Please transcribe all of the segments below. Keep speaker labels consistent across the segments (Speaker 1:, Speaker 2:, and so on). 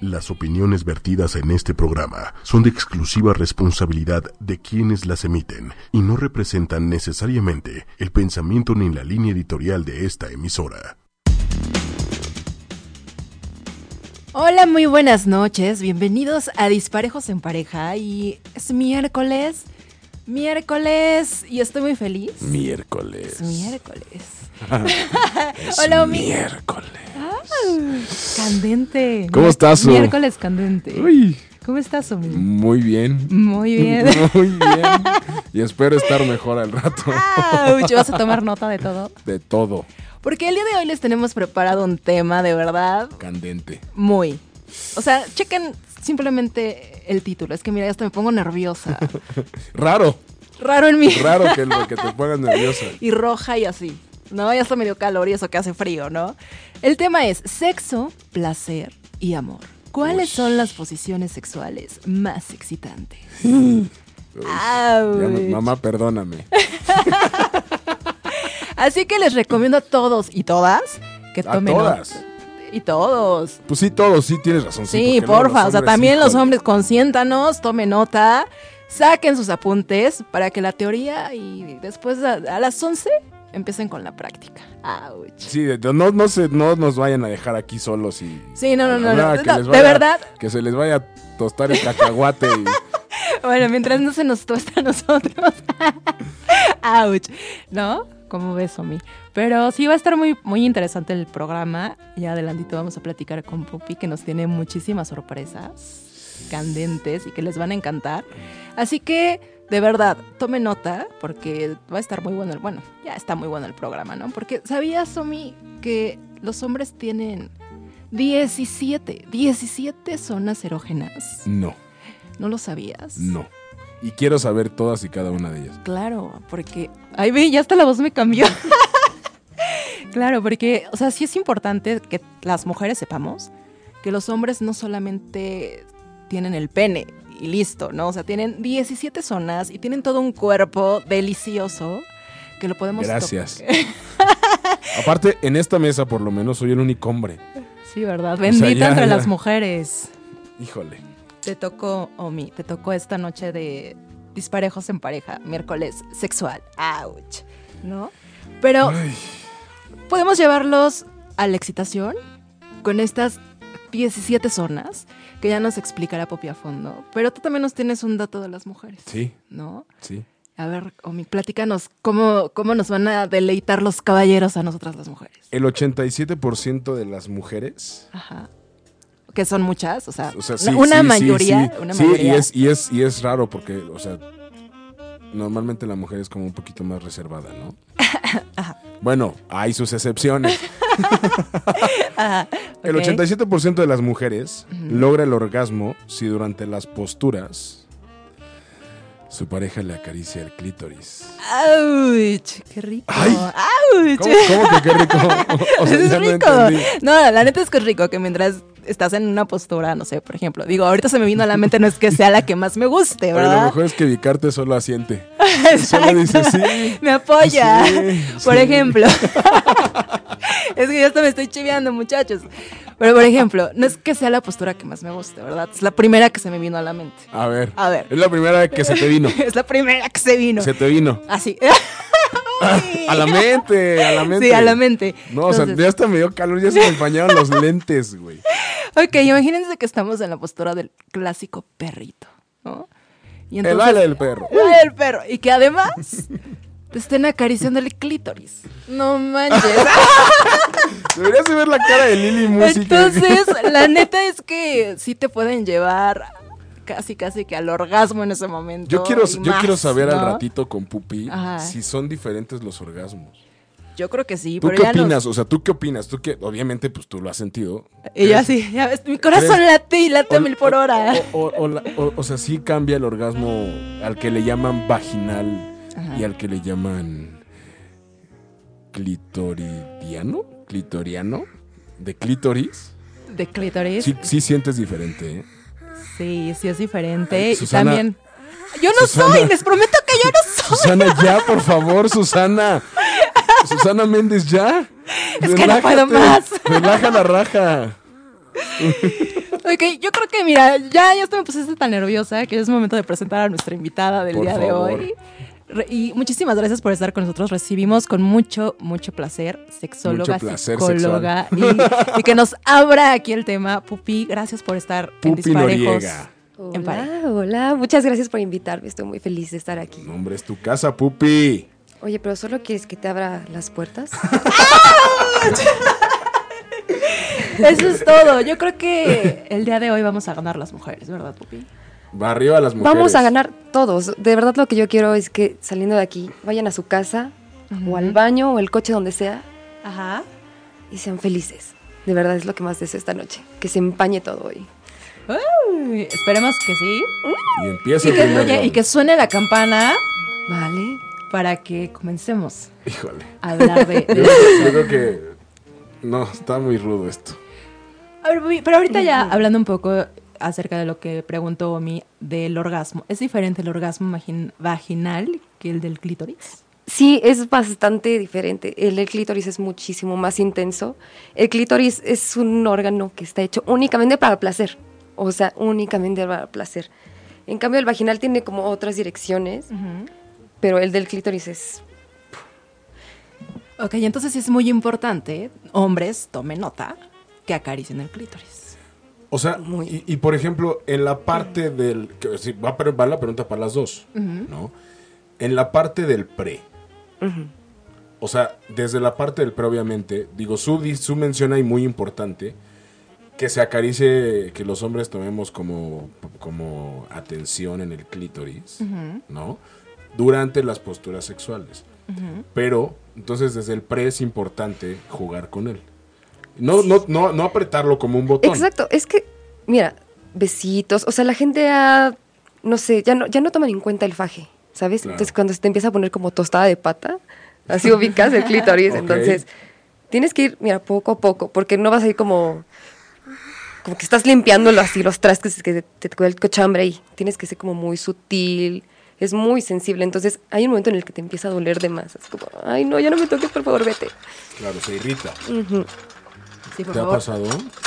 Speaker 1: Las opiniones vertidas en este programa son de exclusiva responsabilidad de quienes las emiten y no representan necesariamente el pensamiento ni la línea editorial de esta emisora.
Speaker 2: Hola, muy buenas noches. Bienvenidos a Disparejos en Pareja. Y es miércoles. Miércoles. Y estoy muy feliz.
Speaker 3: Miércoles.
Speaker 2: Es miércoles.
Speaker 3: Es
Speaker 2: Hola, Omi.
Speaker 3: miércoles.
Speaker 2: Candente.
Speaker 3: ¿Cómo estás, Su?
Speaker 2: Miércoles candente.
Speaker 3: Uy, Mm.
Speaker 2: ¿Cómo estás, Omi?
Speaker 3: muy bien.
Speaker 2: Muy bien.
Speaker 3: Muy bien. Y espero estar mejor al rato.
Speaker 2: Ouch, ¿Vas a tomar nota de todo?
Speaker 3: De todo.
Speaker 2: Porque el día de hoy les tenemos preparado un tema de verdad
Speaker 3: Candente.
Speaker 2: muy. O sea, chequen simplemente el título. Es que mira, hasta me pongo nerviosa.
Speaker 3: Raro.
Speaker 2: Raro en mí.
Speaker 3: Raro que, lo que te pongas nerviosa.
Speaker 2: y roja y así. No, ya está medio calor y eso que hace frío, ¿no? El tema es sexo, placer y amor. ¿Cuáles
Speaker 3: Ush.
Speaker 2: son las posiciones sexuales más excitantes?
Speaker 3: Uy, ya no-
Speaker 2: Ouch.
Speaker 3: mamá, perdóname.
Speaker 2: Así que les recomiendo a todos y todas que
Speaker 3: A
Speaker 2: tomen
Speaker 3: todas.
Speaker 2: y todos.
Speaker 3: Pues sí, todos, sí, tienes razón.
Speaker 2: Sí,
Speaker 3: porque luego
Speaker 2: porfa,
Speaker 3: los
Speaker 2: o sea,
Speaker 3: hombres,
Speaker 2: también los
Speaker 3: híjole.
Speaker 2: hombres consiéntanos, tomen nota, saquen sus apuntes para que la teoría y después a, a las 11 empiecen con la práctica. Ouch.
Speaker 3: Sí, de- no, no, se, no nos vayan a dejar aquí solos y...
Speaker 2: Sí, no, no, no,
Speaker 3: Nada,
Speaker 2: no,
Speaker 3: que
Speaker 2: no,
Speaker 3: les
Speaker 2: de
Speaker 3: vaya-
Speaker 2: verdad.
Speaker 3: Que se les vaya a tostar el cacahuate y...
Speaker 2: Bueno, mientras no se nos tuesta a nosotros. Ouch. ¿No? ¿Cómo ves, Omi? Pero sí va a estar muy, muy interesante el programa. Ya adelantito vamos a platicar con Pupi, que nos tiene muchísimas sorpresas candentes y que les van a encantar. Así que, de verdad, tome nota porque va a estar muy bueno. el- Bueno, ya está muy bueno el programa, ¿no? Porque, ¿sabías, Omi, que los hombres tienen 17, 17 zonas erógenas?
Speaker 3: No,
Speaker 2: ¿No lo sabías?
Speaker 3: no. Y quiero saber todas y cada una de ellas.
Speaker 2: Claro, porque. Ay, ve, ya hasta la voz me cambió. claro, porque, o sea, sí es importante que las mujeres sepamos que los hombres no solamente tienen el pene y listo, ¿no? O sea, tienen 17 zonas y tienen todo un cuerpo delicioso que lo podemos. to-
Speaker 3: Gracias. Aparte, en esta mesa por lo menos soy el único hombre.
Speaker 2: Sí, ¿verdad? Bendita
Speaker 3: ya,
Speaker 2: entre
Speaker 3: ya.
Speaker 2: las mujeres.
Speaker 3: Híjole.
Speaker 2: Te tocó, Omi, te tocó esta noche de disparejos en pareja, miércoles sexual. ¡Auch! ¿No? Pero
Speaker 3: Ay,
Speaker 2: podemos llevarlos a la excitación con estas 17 zonas que ya nos explicará Popi a fondo. Pero tú también nos tienes un dato de las mujeres,
Speaker 3: sí,
Speaker 2: ¿no?
Speaker 3: sí.
Speaker 2: A ver, Omi, platícanos cómo, cómo nos van a deleitar los caballeros a nosotras las mujeres.
Speaker 3: El 87% de las mujeres.
Speaker 2: Ajá. Que son muchas, o sea,
Speaker 3: O sea,
Speaker 2: una-
Speaker 3: sí,
Speaker 2: una,
Speaker 3: sí, sí,
Speaker 2: mayoría,
Speaker 3: sí.
Speaker 2: una
Speaker 3: Sí,
Speaker 2: mayoría.
Speaker 3: Y, es, y, es, y es raro porque, o sea, normalmente la mujer es como un poquito más reservada, ¿no? Bueno, hay sus excepciones.
Speaker 2: Ajá,
Speaker 3: El
Speaker 2: ok.
Speaker 3: 87% de las mujeres
Speaker 2: Ujú.
Speaker 3: logra el orgasmo si durante las posturas su pareja le acaricia el clítoris.
Speaker 2: ¡Auch! ¡Qué rico!
Speaker 3: Ay.
Speaker 2: ¡Auch!
Speaker 3: ¿Cómo, cómo que qué rico? O sea,
Speaker 2: es
Speaker 3: ya no
Speaker 2: rico.
Speaker 3: entendí.
Speaker 2: No, la neta es que es rico que mientras estás en una postura, no sé, por ejemplo, digo, ahorita se me vino a la mente, no es que sea la que más me guste,
Speaker 3: Pero lo
Speaker 2: ¿verdad?
Speaker 3: mejor es que Vicarte solo asiente.
Speaker 2: Exacto.
Speaker 3: Solo dice sí. Ah,
Speaker 2: Me apoya.
Speaker 3: sí,
Speaker 2: por
Speaker 3: sí".
Speaker 2: ejemplo. es que ya hasta me estoy chiveando, muchachos. Pero por ejemplo, no es que sea la postura que más me guste, ¿verdad? Es la primera que se me vino a la mente.
Speaker 3: A ver.
Speaker 2: A ver.
Speaker 3: Es la primera vez que se te vino.
Speaker 2: Es la primera que se vino.
Speaker 3: Se te vino.
Speaker 2: Así.
Speaker 3: A la mente, a la mente.
Speaker 2: Sí, a la mente.
Speaker 3: No, o sea,
Speaker 2: Entonces-
Speaker 3: ya hasta me dio calor, ya se me empañaron los lentes, güey.
Speaker 2: Ok, imagínense que estamos en la postura del clásico perrito, ¿no? Y
Speaker 3: El ala del perro.
Speaker 2: El ala del perro. Y que además te estén acariciando el clítoris. No manches.
Speaker 3: Deberías de ver la cara de Lili Música.
Speaker 2: Entonces, la neta es que sí te pueden llevar casi, casi que al orgasmo en ese momento.
Speaker 3: Yo quiero,
Speaker 2: y
Speaker 3: yo
Speaker 2: más,
Speaker 3: quiero saber al
Speaker 2: ¿no?
Speaker 3: ratito con Pupi
Speaker 2: Ajá.
Speaker 3: si son diferentes los orgasmos.
Speaker 2: Yo creo que sí.
Speaker 3: ¿Tú
Speaker 2: pero
Speaker 3: qué
Speaker 2: ya nos-
Speaker 3: opinas? O sea, ¿tú qué opinas? Tú que obviamente pues tú lo has sentido.
Speaker 2: Y yo así, ya ves, mi corazón late y late a mil por hora.
Speaker 3: O, o- o la- o- o sea, sí cambia el orgasmo al que le llaman vaginal
Speaker 2: Ajá.
Speaker 3: y al que le llaman clitoridiano, clitoriano, de clítoris.
Speaker 2: De clítoris.
Speaker 3: Sí, sí sientes diferente, ¿eh?
Speaker 2: Sí, sí es diferente.
Speaker 3: Ay,
Speaker 2: y
Speaker 3: Susana.
Speaker 2: también. Yo no
Speaker 3: Susana.
Speaker 2: soy, les prometo que yo no soy.
Speaker 3: Susana, ya, por favor, Susana. Susana Méndez, ya.
Speaker 2: Es que no puedo más.
Speaker 3: Relaja la raja.
Speaker 2: Ok, yo creo que mira, ya, ya hasta me pusiste tan nerviosa que es momento de presentar a nuestra invitada del
Speaker 3: Por
Speaker 2: día
Speaker 3: favor.
Speaker 2: de hoy. Re- Y muchísimas gracias por estar con nosotros. Recibimos con mucho, mucho placer, sexóloga,
Speaker 3: Mucho placer
Speaker 2: psicóloga, y, y que nos abra aquí el tema. Pupi, gracias por estar en
Speaker 3: Pupi
Speaker 2: Disparejos.
Speaker 3: Noriega.
Speaker 2: En
Speaker 4: Hola,
Speaker 2: pareja.
Speaker 4: hola, muchas gracias por invitarme, estoy muy feliz de estar aquí.
Speaker 3: No, hombre, es tu casa, Pupi.
Speaker 4: Oye, pero solo quieres que te abra las puertas.
Speaker 2: Eso es todo. Yo creo que el día de hoy vamos a ganar las mujeres, ¿verdad, Pupi?
Speaker 3: Va arriba las mujeres.
Speaker 4: Vamos a ganar todos. De verdad lo que yo quiero es que saliendo de aquí vayan a su casa o al baño o el coche donde sea
Speaker 2: Ajá.
Speaker 4: y sean felices. De verdad es lo que más deseo esta noche, que se empañe todo hoy.
Speaker 2: Uy, esperemos que sí.
Speaker 3: Y empieza
Speaker 2: Y
Speaker 3: el
Speaker 2: que,
Speaker 3: primer
Speaker 2: oye, y
Speaker 3: round.
Speaker 2: que suene la campana
Speaker 4: ¿Vale?
Speaker 2: para que comencemos
Speaker 3: Híjole.
Speaker 2: a hablar de,
Speaker 3: Yo,
Speaker 2: de
Speaker 3: yo creo que. No, está muy rudo esto.
Speaker 2: A ver, Bubi, pero ahorita ya hablando un poco acerca de lo que preguntó Omi del orgasmo. ¿Es diferente el orgasmo magin- vaginal que el del clítoris?
Speaker 4: Sí, es bastante diferente. El del clítoris es muchísimo más intenso. El clítoris es un órgano que está hecho únicamente para placer. O sea, únicamente para placer. En cambio, el vaginal tiene como otras direcciones, pero el del clítoris es...
Speaker 2: Ok, entonces es muy importante, hombres, tomen nota, que acaricien el clítoris.
Speaker 3: O sea, y, y, por ejemplo, en la parte del. que sí, va, pero va la pregunta para las dos, ¿no? En la parte del pre. O sea, desde la parte del pre, obviamente, digo, su, di- su menciona y muy importante que se acaricie, que los hombres tomemos como, como atención en el clítoris, ¿no? Durante las posturas sexuales. Pero, entonces, desde el pre es importante jugar con él. No, no, no, no apretarlo como un botón.
Speaker 4: Exacto, es que, mira, besitos, o sea, la gente ha- no sé, ya no, ya no toman en cuenta el faje, ¿sabes?
Speaker 3: Claro.
Speaker 4: Entonces, cuando se te empieza a poner como tostada de pata, así ubicas el clítoris,
Speaker 3: Ok.
Speaker 4: entonces tienes que ir, mira, poco a poco, porque no vas a ir como... Como que estás limpiándolo así, los trastes que te te queda el cochambre ahí. Tienes que ser como muy sutil, es muy sensible. Entonces, hay un momento en el que te empieza a doler de más. Es como, ay, no, ya no me toques, por favor, vete.
Speaker 3: Claro, se irrita.
Speaker 2: Sí, por
Speaker 3: ¿Te ha
Speaker 2: favor.
Speaker 3: pasado?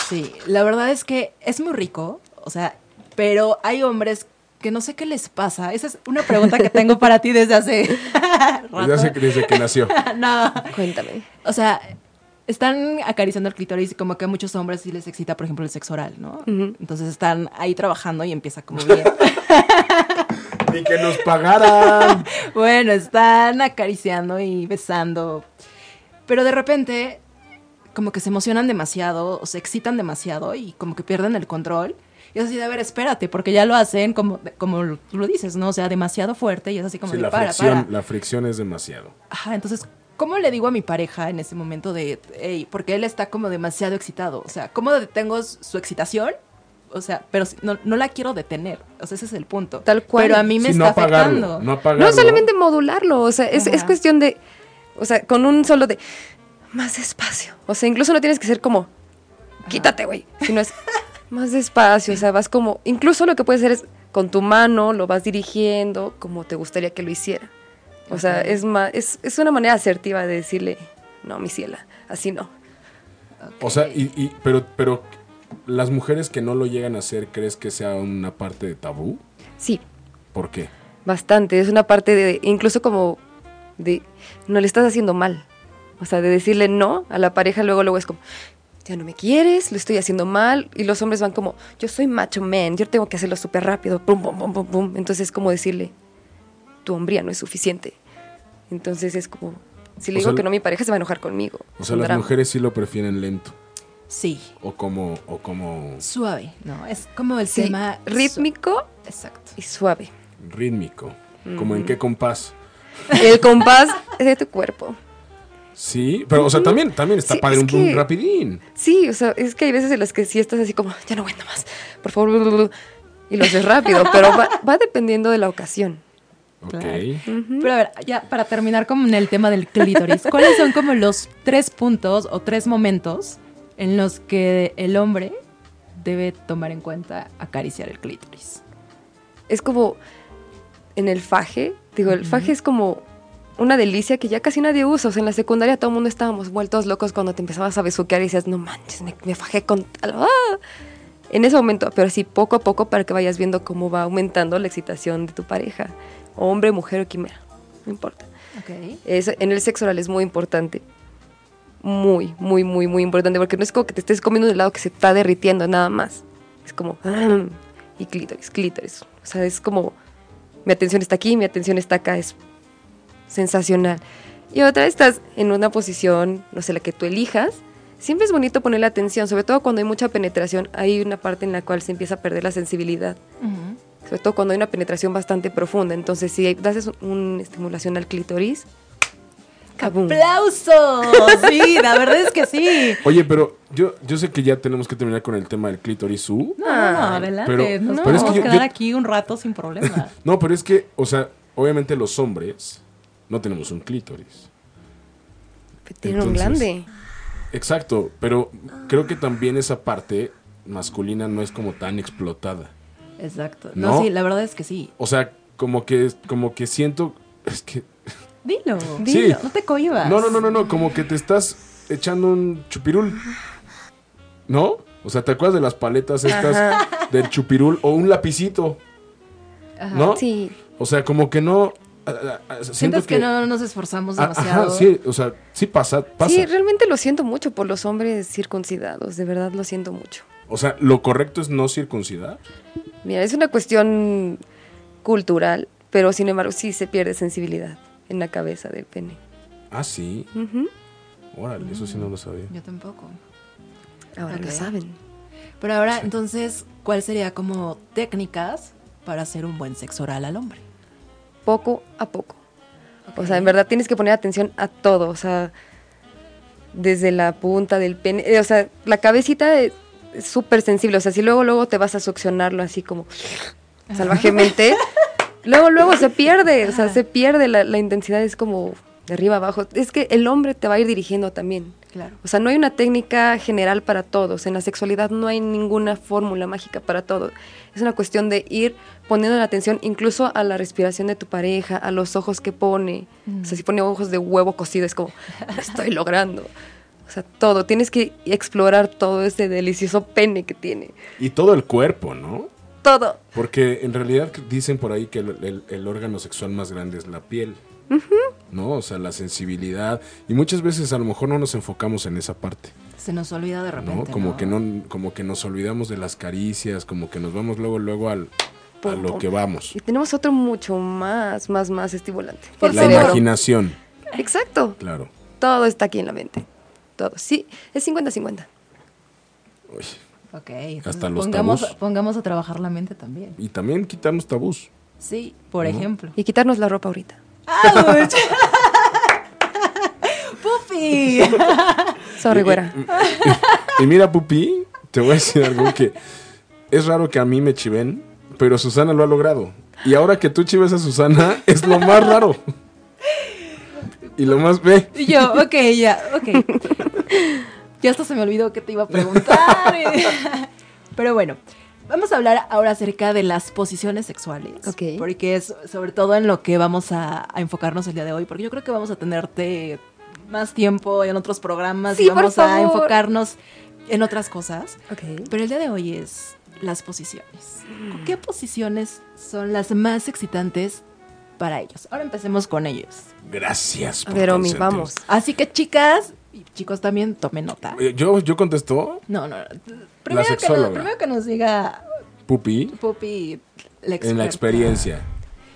Speaker 2: Sí, la verdad es que es muy rico, o sea, pero hay hombres que no sé qué les pasa. Esa es una pregunta que tengo para ti desde hace
Speaker 3: Desde, hace- desde Pues que nació.
Speaker 2: no.
Speaker 4: Cuéntame.
Speaker 2: O sea, están acariciando el clítoris y como que a muchos hombres sí les excita, por ejemplo, el sexo oral, ¿no? Entonces están ahí trabajando y empieza como bien.
Speaker 3: Ni que nos pagaran.
Speaker 2: bueno, están acariciando y besando. Pero de repente, como que se emocionan demasiado o se excitan demasiado y como que pierden el control. Y es así de, a ver, espérate, porque ya lo hacen como, como lo- tú lo dices, ¿no? O sea, demasiado fuerte y es así como
Speaker 3: Sí,
Speaker 2: de,
Speaker 3: la
Speaker 2: para,
Speaker 3: fricción,
Speaker 2: para.
Speaker 3: la fricción es demasiado.
Speaker 2: Ajá, entonces, ¿cómo le digo a mi pareja en ese momento de, "Ey", porque él está como demasiado excitado? O sea, ¿cómo detengo s- su excitación? O sea, pero si- no, no la quiero detener. O sea, ese es el punto.
Speaker 4: Tal cual.
Speaker 2: Pero a mí me
Speaker 3: Sí,
Speaker 2: está
Speaker 3: no apagarlo,
Speaker 2: afectando.
Speaker 3: No apagarlo.
Speaker 4: No solamente modularlo, o sea, es, es
Speaker 2: Ajá.
Speaker 4: cuestión de, o sea, con un solo de más despacio. O sea, incluso no tienes que ser como, quítate, güey, sino es más despacio, o sea, vas como, incluso lo que puedes hacer es con tu mano, lo vas dirigiendo como te gustaría que lo hiciera. O sea,
Speaker 2: Ok.
Speaker 4: es, ma- es, es una manera asertiva de decirle, no, mi ciela, así no.
Speaker 3: O sea, y, y- pero, pero las mujeres que no lo llegan a hacer, ¿crees que sea una parte de tabú?
Speaker 4: Sí,
Speaker 3: ¿Por qué?
Speaker 4: Bastante, es una parte de, incluso como de, no le estás haciendo mal. O sea, de decirle no a la pareja, luego luego es como, ya no me quieres, lo estoy haciendo mal. Y los hombres van como, yo soy macho man, yo tengo que hacerlo súper rápido, pum, pum, pum, pum, pum. Entonces es como decirle, tu hombría no es suficiente. Entonces es como, si
Speaker 3: O
Speaker 4: le digo
Speaker 3: sea,
Speaker 4: que no, mi pareja se va a enojar conmigo.
Speaker 3: O
Speaker 4: Es
Speaker 3: sea,
Speaker 4: un
Speaker 3: las
Speaker 4: drama.
Speaker 3: mujeres sí lo prefieren lento.
Speaker 2: Sí,
Speaker 3: O como, o como
Speaker 2: suave, ¿no? Es como el
Speaker 4: Sí,
Speaker 2: tema... su-
Speaker 4: rítmico
Speaker 2: Exacto.
Speaker 4: y suave.
Speaker 3: rítmico. Como
Speaker 2: Mm.
Speaker 3: en qué compás.
Speaker 4: El compás de tu cuerpo.
Speaker 3: Sí, pero o sea, también, también está
Speaker 4: Sí,
Speaker 3: padre
Speaker 4: es
Speaker 3: un, un
Speaker 4: que-
Speaker 3: rapidín.
Speaker 4: Sí, o sea, es que hay veces en las que sí estás así como, ya no aguanto más, por favor, blu, blu, blu", y lo haces rápido, pero va, va dependiendo de la ocasión.
Speaker 3: Ok.
Speaker 2: Claro. Pero a ver, ya para terminar con el tema del clítoris, ¿cuáles son como los tres puntos o tres momentos en los que el hombre debe tomar en cuenta acariciar el clítoris?
Speaker 4: Es como en el faje, digo, el faje es como una delicia que ya casi nadie usa, o sea, en la secundaria todo el mundo estábamos vueltos locos cuando te empezabas a besuquear y decías, no manches, me, me fajé con tal, ¡ah! en ese momento, pero así poco a poco para que vayas viendo cómo va aumentando la excitación de tu pareja, hombre, mujer o quimera, no importa.
Speaker 2: Ok.
Speaker 4: Es- en el sexo oral es muy importante. Muy, muy, muy, muy importante, porque no es como que te estés comiendo un helado que se está derritiendo nada más. Es como... "Mm", Y clítoris, clítoris. O sea, es como... Mi atención está aquí, mi atención está acá, es sensacional. Y otra, estás en una posición, no sé, la que tú elijas. Siempre es bonito ponerle atención, sobre todo cuando hay mucha penetración. Hay una parte en la cual se empieza a perder la sensibilidad
Speaker 2: Ujú.
Speaker 4: sobre todo cuando hay una penetración bastante profunda. Entonces, si das es- una estimulación al clítoris, ¡kabum!
Speaker 2: ¡Aplausos! Sí, la verdad es que sí.
Speaker 3: Oye, pero yo, yo sé que ya tenemos que terminar con el tema del clítoris U.
Speaker 2: No, no, no, adelante.
Speaker 3: pero-
Speaker 2: Nos
Speaker 3: pero es
Speaker 2: podemos
Speaker 3: que yo-
Speaker 2: quedar
Speaker 3: yo-
Speaker 2: aquí un rato sin problema.
Speaker 3: No, pero es que, o sea, obviamente los hombres no tenemos un clítoris.
Speaker 4: Tiene un
Speaker 3: Entonces-
Speaker 4: glande.
Speaker 3: Exacto, pero creo que también esa parte masculina no es como tan explotada.
Speaker 2: Exacto. No,
Speaker 3: ¿No?
Speaker 2: sí, la verdad es que sí.
Speaker 3: O sea, como que, como que siento. Es que.
Speaker 2: Dilo, dilo,
Speaker 3: Sí.
Speaker 2: no te cohibas.
Speaker 3: No, no, no, no, no. Como que te estás echando un chupirul. ¿No? O sea, ¿te acuerdas de las paletas estas del chupirul o un lapicito? ¿No?
Speaker 4: Sí.
Speaker 3: O sea, como que no. a- a- a- siento
Speaker 2: Sientes que, no nos esforzamos
Speaker 3: a-
Speaker 2: demasiado.
Speaker 3: Ajá, sí, o sea, sí pasa, pasa.
Speaker 4: Sí, realmente lo siento mucho por los hombres circuncidados, de verdad lo siento mucho.
Speaker 3: o sea, lo correcto es no circuncidar.
Speaker 4: Mira, es una cuestión cultural, pero sin embargo sí se pierde sensibilidad en la cabeza del pene.
Speaker 3: Ah, sí.
Speaker 4: Ujú.
Speaker 3: Órale, eso sí no lo sabía.
Speaker 2: Yo tampoco.
Speaker 4: Ahora
Speaker 2: Ok.
Speaker 4: lo saben.
Speaker 2: Pero ahora, entonces, ¿cuál sería como técnicas para hacer un buen sexo oral al hombre?
Speaker 4: poco a poco. O sea, en verdad tienes que poner atención a todo, o sea, desde la punta del pene, eh, o sea, la cabecita es es súper sensible, o sea, si luego luego te vas a succionarlo así como salvajemente, luego luego se pierde, o sea, se pierde la, la intensidad, es como de arriba abajo, es que el hombre te va a ir dirigiendo también.
Speaker 2: Claro.
Speaker 4: O sea, no hay una técnica general para todos. En la sexualidad no hay ninguna fórmula mágica para todos. Es una cuestión de ir poniendo la atención incluso a la respiración de tu pareja, a los ojos que pone. O sea, si pone ojos de huevo cocido, es como, lo estoy logrando. O sea, todo. Tienes que explorar todo ese delicioso pene que tiene.
Speaker 3: Y todo el cuerpo, ¿no?
Speaker 4: Todo.
Speaker 3: Porque en realidad dicen por ahí que el, el- el órgano sexual más grande es la piel. ¿No? O sea, la sensibilidad. Y muchas veces a lo mejor no nos enfocamos en esa parte,
Speaker 2: Se nos olvida de
Speaker 3: ¿no?
Speaker 2: repente.
Speaker 3: como que no, como que nos olvidamos de las caricias, como que nos vamos luego, luego al, a
Speaker 4: Pum,
Speaker 3: lo
Speaker 4: pum.
Speaker 3: que vamos.
Speaker 4: Y tenemos otro mucho más, más, más estimulante.
Speaker 2: Por
Speaker 4: El
Speaker 3: la
Speaker 2: favor.
Speaker 4: cerebro.
Speaker 3: imaginación,
Speaker 4: Exacto.
Speaker 3: claro.
Speaker 4: Todo está aquí en la mente. Todo. Sí, es 50-50.
Speaker 3: Uy,
Speaker 2: Ok, entonces
Speaker 3: Hasta los
Speaker 2: pongamos,
Speaker 3: tabús.
Speaker 2: pongamos a trabajar la mente también.
Speaker 3: Y también quitarnos tabús.
Speaker 2: Sí, por ejemplo.
Speaker 4: Y quitarnos la ropa ahorita.
Speaker 2: ¡Auch! ¡Puffy!
Speaker 4: Sorry, güera.
Speaker 3: Y mira, Pupi, te voy a decir algo que es raro que a mí me chiven, pero Susana lo ha logrado. Y ahora que tú chives a Susana, es lo más raro. Y lo más ve.
Speaker 2: Y yo, ok, ya, ok. Ya hasta se me olvidó que te iba a preguntar. Pero bueno, vamos a hablar ahora acerca de las posiciones sexuales.
Speaker 4: Ok.
Speaker 2: Porque es sobre todo en lo que vamos a, a enfocarnos el día de hoy. Porque yo creo que vamos a tenerte más tiempo en otros programas y
Speaker 4: Sí, por
Speaker 2: vamos a
Speaker 4: favor.
Speaker 2: enfocarnos en otras cosas.
Speaker 4: Ok.
Speaker 2: Pero el día de hoy es las posiciones.
Speaker 3: Mm.
Speaker 2: ¿Qué posiciones son las más excitantes para ellos? Ahora empecemos con ellos.
Speaker 3: Gracias.
Speaker 4: A
Speaker 3: por
Speaker 4: ver, Omi,
Speaker 3: consentirnos.
Speaker 4: vamos.
Speaker 2: Así que chicas y chicos también tomen nota.
Speaker 3: Eh, Yo, yo contesto,
Speaker 2: No, no, no. Primero, que nos,
Speaker 3: sexóloga.
Speaker 2: primero que nos diga
Speaker 3: Pupi,
Speaker 2: Pupi la experta.
Speaker 3: en la experiencia.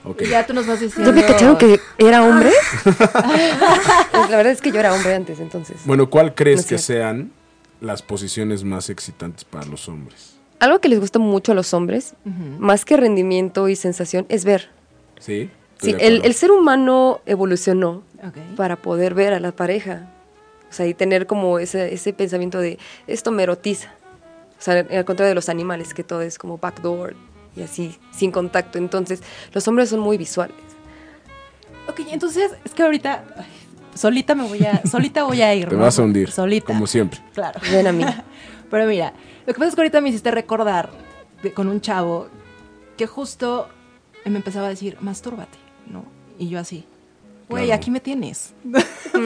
Speaker 3: Ok.
Speaker 2: Y ya tú nos vas diciendo.
Speaker 4: ¿Ya me cacharon que era hombre? Pues la verdad es que yo era hombre antes, entonces.
Speaker 3: Bueno, ¿cuál crees
Speaker 4: No es
Speaker 3: que
Speaker 4: cierto.
Speaker 3: sean las posiciones más excitantes para los hombres?
Speaker 4: Algo que les gusta mucho a los hombres, más que rendimiento y sensación, es ver.
Speaker 3: ¿Sí? Estoy
Speaker 4: Sí,
Speaker 3: de
Speaker 4: el,
Speaker 3: acuerdo.
Speaker 4: el ser humano evolucionó
Speaker 2: Ok.
Speaker 4: para poder ver a la pareja. O sea, y tener como ese, ese pensamiento de esto me erotiza. O sea, al contrario de los animales, que todo es como backdoor y así, sin contacto. Entonces, los hombres son muy visuales.
Speaker 2: Ok, entonces es que ahorita ay, solita me voy a solita voy a ir.
Speaker 3: Te
Speaker 2: ¿no?
Speaker 3: vas a hundir.
Speaker 2: Solita.
Speaker 3: Como siempre.
Speaker 2: Claro.
Speaker 4: Ven a mí.
Speaker 2: Pero mira, lo que pasa es que ahorita me hiciste recordar de- con un chavo que justo me empezaba a decir, mastúrbate, ¿no? Y yo así, Güey,
Speaker 3: Claro.
Speaker 2: aquí me tienes.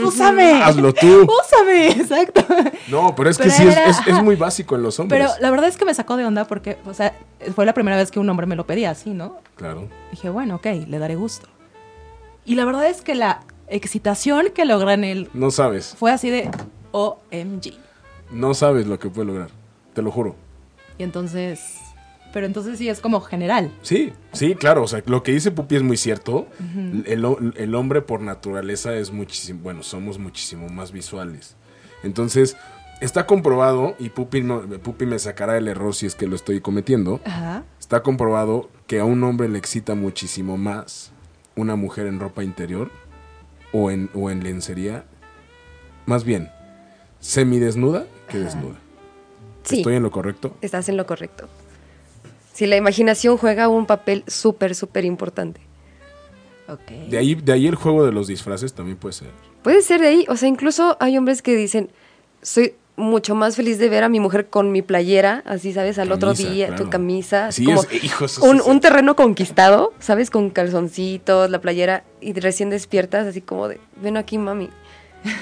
Speaker 2: Úsame.
Speaker 3: Hazlo tú.
Speaker 2: Úsame, exacto.
Speaker 3: No, pero es que
Speaker 2: Pero
Speaker 3: sí, es,
Speaker 2: era-
Speaker 3: es- es muy básico en los hombres.
Speaker 2: Pero la verdad es que me sacó de onda porque, o sea, fue la primera vez que un hombre me lo pedía así, ¿no?
Speaker 3: Claro.
Speaker 2: Dije, bueno, ok, le daré gusto. Y la verdad es que la excitación que logré en él
Speaker 3: No sabes.
Speaker 2: fue así de OMG.
Speaker 3: No sabes lo que puede lograr. Te lo juro.
Speaker 2: Y entonces, pero entonces sí es como general.
Speaker 3: Sí, sí, claro. O sea, lo que dice Pupi es muy cierto. el, ho- el hombre por naturaleza es muchísimo, bueno, somos muchísimo más visuales. Entonces, está comprobado, y Pupi, no- Pupi me sacará el error si es que lo estoy cometiendo,
Speaker 2: Ajá.
Speaker 3: está comprobado que a un hombre le excita muchísimo más una mujer en ropa interior o en, o en lencería. Más bien, semidesnuda que desnuda.
Speaker 4: Sí.
Speaker 3: ¿Estoy en lo correcto?
Speaker 4: Estás en lo correcto. Si la imaginación juega un papel súper, súper importante.
Speaker 2: Ok.
Speaker 3: De ahí, de ahí el juego de los disfraces también puede ser.
Speaker 4: Puede ser de ahí, o sea, incluso hay hombres que dicen, soy mucho más feliz de ver a mi mujer con mi playera, así, ¿sabes? Al otro
Speaker 3: Camisa,
Speaker 4: día,
Speaker 3: claro.
Speaker 4: tu camisa, así
Speaker 3: Sí,
Speaker 4: como
Speaker 3: es- eh, hijo, eso sí
Speaker 4: un,
Speaker 3: es-
Speaker 4: un terreno conquistado, ¿sabes? Con calzoncitos, la playera, y de- recién despiertas, así como de, ven aquí, mami,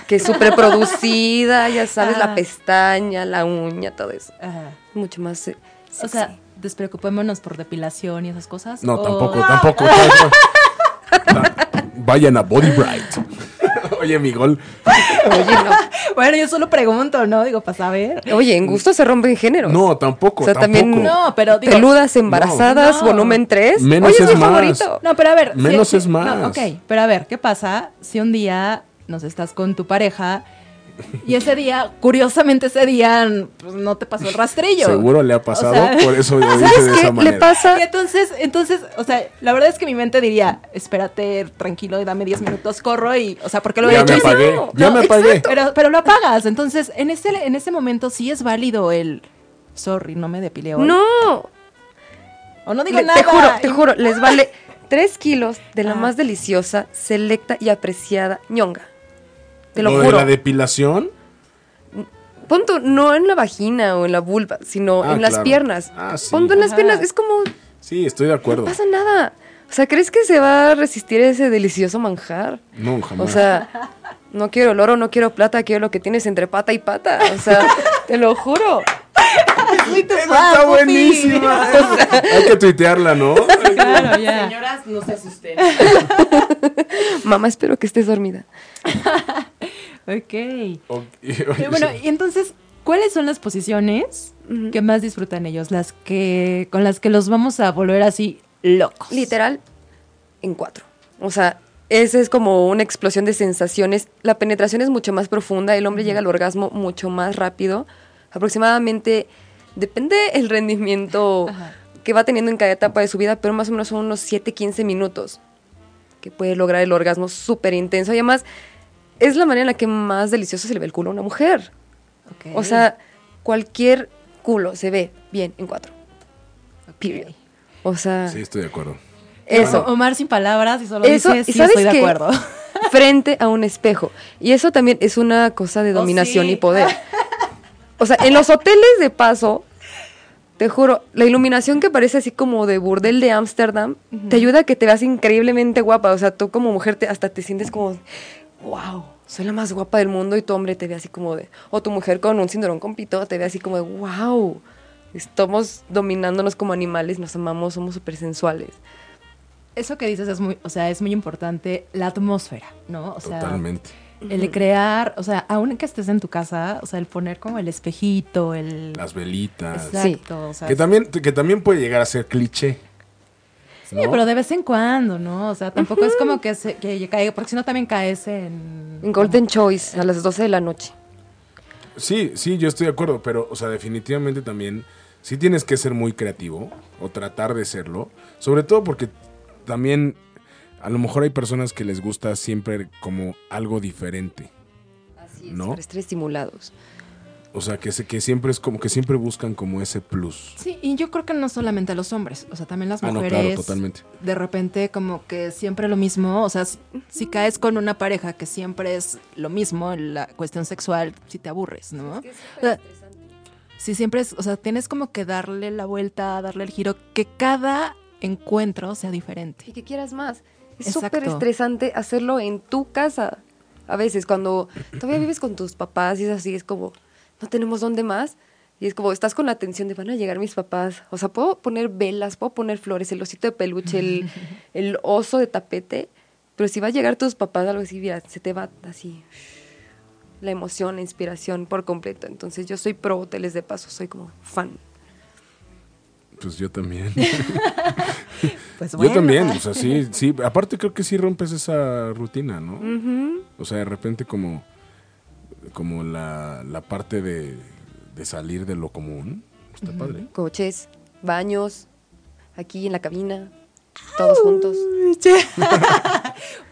Speaker 4: que es súper producida, ya sabes,
Speaker 2: Ah.
Speaker 4: la pestaña, la uña, todo eso.
Speaker 2: Ajá.
Speaker 4: Mucho más... eh,
Speaker 2: O
Speaker 4: sexy.
Speaker 2: sea, despreocupémonos por depilación y esas cosas.
Speaker 3: No,
Speaker 4: Oh.
Speaker 2: o- ¡Ah!
Speaker 3: tampoco, tampoco. tampoco. Ta- Vayan a Body Bright. Oye, mi gol.
Speaker 4: Oye, no.
Speaker 2: Bueno, yo solo pregunto, ¿no? Digo, para saber.
Speaker 4: Oye, en gusto se rompen géneros.
Speaker 3: Mm. No, tampoco.
Speaker 4: O sea, también
Speaker 3: tampoco.
Speaker 2: No, pero digo-
Speaker 4: peludas, embarazadas,
Speaker 2: No.
Speaker 4: volumen 3.
Speaker 3: Menos
Speaker 4: Oye, es,
Speaker 3: es
Speaker 4: mi
Speaker 3: más.
Speaker 4: favorito.
Speaker 2: No, pero a ver.
Speaker 3: Menos es
Speaker 2: no,
Speaker 3: más.
Speaker 2: ok, pero a ver, ¿qué pasa si un día nos estás con tu pareja y ese día, curiosamente ese día, pues, no te pasó el rastrillo?
Speaker 3: Seguro le ha pasado,
Speaker 2: O sea,
Speaker 3: por eso lo dice de
Speaker 4: ¿Sabes
Speaker 3: esa
Speaker 4: qué le
Speaker 3: manera.
Speaker 4: pasa?
Speaker 2: Y entonces, entonces, o sea, la verdad es que mi mente diría, espérate, tranquilo, y dame 10 minutos, corro y, o sea, porque lo he
Speaker 3: Ya
Speaker 2: hecho
Speaker 3: me
Speaker 2: así.
Speaker 3: apagué.
Speaker 4: no,
Speaker 3: Ya
Speaker 4: no,
Speaker 3: me apagué.
Speaker 4: exacto.
Speaker 2: Pero, pero lo apagas. Entonces, en ese, en ese momento sí es válido el. Sorry, no me depilé hoy.
Speaker 4: No.
Speaker 2: O no digo
Speaker 4: Le-
Speaker 2: nada.
Speaker 4: te juro, te
Speaker 2: Y-
Speaker 4: juro, les vale 3 kilos de la
Speaker 2: Ah.
Speaker 4: más deliciosa, selecta y apreciada ñonga. Te lo,
Speaker 3: Lo de
Speaker 4: juro.
Speaker 3: la depilación.
Speaker 4: Pon tu- no en la vagina o en la vulva, sino
Speaker 3: Ah,
Speaker 4: en las
Speaker 3: claro.
Speaker 4: piernas.
Speaker 3: Ah, sí.
Speaker 4: Pon tú en las
Speaker 2: Ajá.
Speaker 4: piernas, es como,
Speaker 3: Sí, estoy de acuerdo.
Speaker 4: no pasa nada. O sea, ¿crees que se va a resistir a ese delicioso manjar?
Speaker 3: No, jamás.
Speaker 4: O sea, no quiero el oro, no quiero plata, quiero lo que tienes entre pata y pata. O sea, te lo juro.
Speaker 2: Soy tu
Speaker 3: Esa
Speaker 2: fan,
Speaker 3: está
Speaker 2: ah, Pupi.
Speaker 3: buenísima. Hay que tuitearla, ¿no?
Speaker 2: Claro, ya.
Speaker 5: Señoras, no se asusten.
Speaker 4: Mamá, espero que estés dormida.
Speaker 2: Ok.
Speaker 3: Ok,
Speaker 2: Pero bueno, y entonces, ¿cuáles son las posiciones
Speaker 4: Ujú.
Speaker 2: que más disfrutan ellos? Las que. con las que los vamos a volver así locos.
Speaker 4: Literal, en cuatro. O sea, esa es como una explosión de sensaciones. La penetración es mucho más profunda, el hombre llega al orgasmo mucho más rápido. Aproximadamente, depende el rendimiento
Speaker 2: Ajá.
Speaker 4: que va teniendo en cada etapa de su vida, pero más o menos son unos 7, 15 minutos que puede lograr el orgasmo súper intenso. Y además, es la manera en la que más delicioso se le ve el culo a una mujer.
Speaker 2: Ok.
Speaker 4: O sea, cualquier culo se ve bien en cuatro. Period. O sea,
Speaker 3: Sí, estoy de acuerdo.
Speaker 4: eso.
Speaker 2: Omar sin palabras y solo
Speaker 4: Eso,
Speaker 2: dice,
Speaker 4: ¿y
Speaker 2: sí,
Speaker 4: sabes
Speaker 2: estoy de
Speaker 4: qué?
Speaker 2: acuerdo.
Speaker 4: frente a un espejo. Y eso también es una cosa de
Speaker 2: Oh,
Speaker 4: dominación
Speaker 2: sí.
Speaker 4: y poder. O sea, en los hoteles de paso, te juro, la iluminación que parece así como de burdel de Ámsterdam, te ayuda a que te veas increíblemente guapa. O sea, tú como mujer te- hasta te sientes como, wow, soy la más guapa del mundo y tu hombre te ve así como de, o tu mujer con un cinturón con pito te ve así como de, wow, estamos dominándonos como animales, nos amamos, somos súper sensuales.
Speaker 2: Eso que dices es muy, o sea, es muy importante la atmósfera, ¿no? O sea,
Speaker 3: Totalmente.
Speaker 2: El de crear, o sea, aún que estés en tu casa, o sea, el poner como el espejito, el.
Speaker 3: Las velitas.
Speaker 2: Exacto, o sea.
Speaker 3: Que también, que también puede llegar a ser cliché.
Speaker 2: sí,
Speaker 3: ¿no?
Speaker 2: pero de vez en cuando, ¿no? O sea, tampoco es como que, se, que caiga, porque si no también caes en.
Speaker 4: En Golden Choice, a las 12 de la noche.
Speaker 3: Sí, sí, yo estoy de acuerdo, pero, o sea, definitivamente también sí tienes que ser muy creativo o tratar de serlo, sobre todo porque también a lo mejor hay personas que les gusta siempre como algo diferente,
Speaker 4: Así
Speaker 3: es. ¿No?
Speaker 4: Para estar estimulados.
Speaker 3: o sea, que, se, que siempre es como que siempre buscan como ese plus.
Speaker 2: Sí, y yo creo que no solamente a los hombres, o sea, también las
Speaker 3: Ah, no,
Speaker 2: mujeres.
Speaker 3: claro, totalmente.
Speaker 2: De repente, como que siempre lo mismo, o sea, si, si caes con una pareja que siempre es lo mismo, en la cuestión sexual, si te aburres, ¿no? O sea, si siempre es, o sea, tienes como que darle la vuelta, darle el giro, que cada encuentro sea
Speaker 4: Y
Speaker 2: diferente.
Speaker 4: que quieras más. Es súper
Speaker 2: Exacto.
Speaker 4: estresante hacerlo en tu casa. A veces, cuando todavía vives con tus papás y es así, es como, no tenemos dónde más. Y es como, estás con la atención de van a llegar mis papás. O sea, puedo poner velas, puedo poner flores, el osito de peluche, el, el oso de tapete. Pero si va a llegar tus papás, algo así, mira, se te va así la emoción, la inspiración por completo. Entonces, yo soy pro hoteles de paso, soy como fan.
Speaker 3: Pues yo también.
Speaker 2: Pues
Speaker 3: Yo también, o sea, sí, sí. Aparte creo que sí rompes esa rutina, ¿no? O sea, de repente como, como la, la parte de, de salir de lo común. Está padre.
Speaker 4: Coches, baños, aquí en la cabina, todos juntos.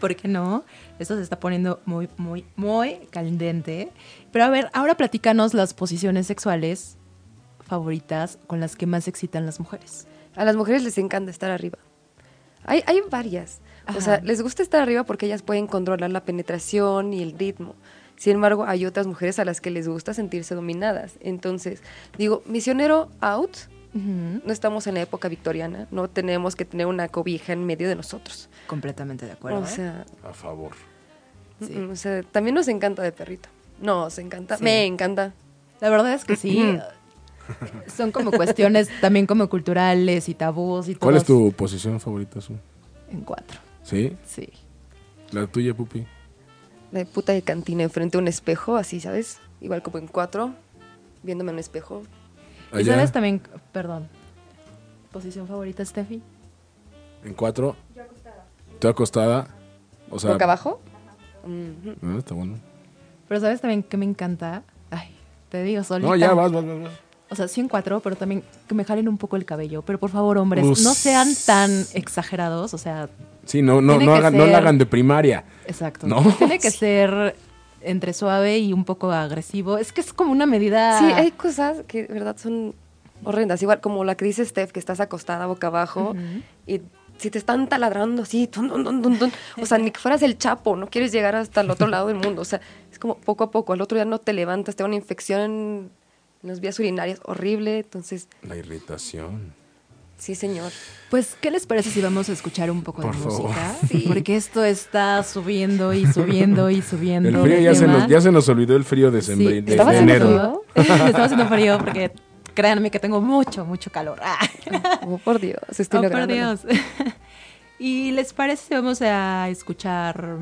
Speaker 2: ¿Por qué no? Esto se está poniendo muy, muy, muy caliente. Pero a ver, ahora platícanos las posiciones sexuales favoritas con las que más se excitan las mujeres.
Speaker 4: A las mujeres les encanta estar arriba. Hay, hay varias.
Speaker 2: Ajá.
Speaker 4: O sea, les gusta estar arriba porque ellas pueden controlar la penetración y el ritmo. Sin embargo, hay otras mujeres a las que les gusta sentirse dominadas. Entonces, digo, misionero out, no estamos en la época victoriana, no tenemos que tener una cobija en medio de nosotros.
Speaker 2: Completamente de acuerdo.
Speaker 4: o
Speaker 2: ¿eh?
Speaker 4: sea,
Speaker 3: A favor.
Speaker 2: Sí.
Speaker 4: mm, o sea, también nos encanta de perrito. Nos encanta,
Speaker 2: Sí.
Speaker 4: me encanta.
Speaker 2: La verdad es que sí. Son como cuestiones también como culturales y tabús y todo.
Speaker 3: ¿Cuál es tu posición favorita, Su?
Speaker 2: En cuatro,
Speaker 3: ¿Sí?
Speaker 2: sí.
Speaker 3: ¿La tuya, Pupi?
Speaker 4: La de puta de cantina enfrente de un espejo, así, ¿sabes? Igual como en cuatro, viéndome en un espejo.
Speaker 2: ¿Y
Speaker 3: Allá,
Speaker 2: sabes también, perdón, posición favorita, Steffi?
Speaker 3: en cuatro. Yo acostada. O sea,
Speaker 4: ¿Boca abajo? Ujú.
Speaker 3: ah, está bueno.
Speaker 2: Pero ¿sabes también que me encanta? Ay, te digo, solita.
Speaker 3: No, ya, vas, vas, vas. vas.
Speaker 2: O sea, sí en cuatro, pero también que me jalen un poco el cabello. Pero por favor, hombres,
Speaker 3: Us.
Speaker 2: no sean tan exagerados. O sea,
Speaker 3: Sí, no, no,
Speaker 2: Tiene
Speaker 3: no,
Speaker 2: que
Speaker 3: hagan, no
Speaker 2: ser-
Speaker 3: la hagan de primaria.
Speaker 2: exacto.
Speaker 3: No.
Speaker 2: Tiene que ser entre suave y un poco agresivo. Es que es como una medida.
Speaker 4: Sí, eh. hay cosas que de verdad son horrendas. Igual como la que dice Steph, que estás acostada boca abajo y si te están taladrando así, tun, tun, tun, tun, tun. o sea, ni que fueras el chapo, no quieres llegar hasta el otro lado del mundo. O sea, es como poco a poco. Al otro día no te levantas, te da una infección en las vías urinarias horrible. Entonces,
Speaker 3: La irritación.
Speaker 4: sí, señor.
Speaker 2: Pues, ¿qué les parece si vamos a escuchar un poco
Speaker 3: Por
Speaker 2: de
Speaker 3: favor.
Speaker 2: música?
Speaker 4: Sí.
Speaker 2: Porque esto está subiendo y subiendo y subiendo.
Speaker 3: El frío
Speaker 2: de
Speaker 3: ya se,
Speaker 2: tema.
Speaker 3: nos, ya se nos olvidó el frío de,
Speaker 2: Sí,
Speaker 3: sembrín- de-
Speaker 4: ¿Estaba
Speaker 3: de
Speaker 4: haciendo
Speaker 3: enero.
Speaker 4: frío?
Speaker 2: Estaba haciendo frío porque créanme que tengo mucho, mucho calor. Ah.
Speaker 4: Oh, por Dios, estoy
Speaker 2: Oh, por
Speaker 4: lográndolo.
Speaker 2: Dios. ¿Y les parece si vamos a escuchar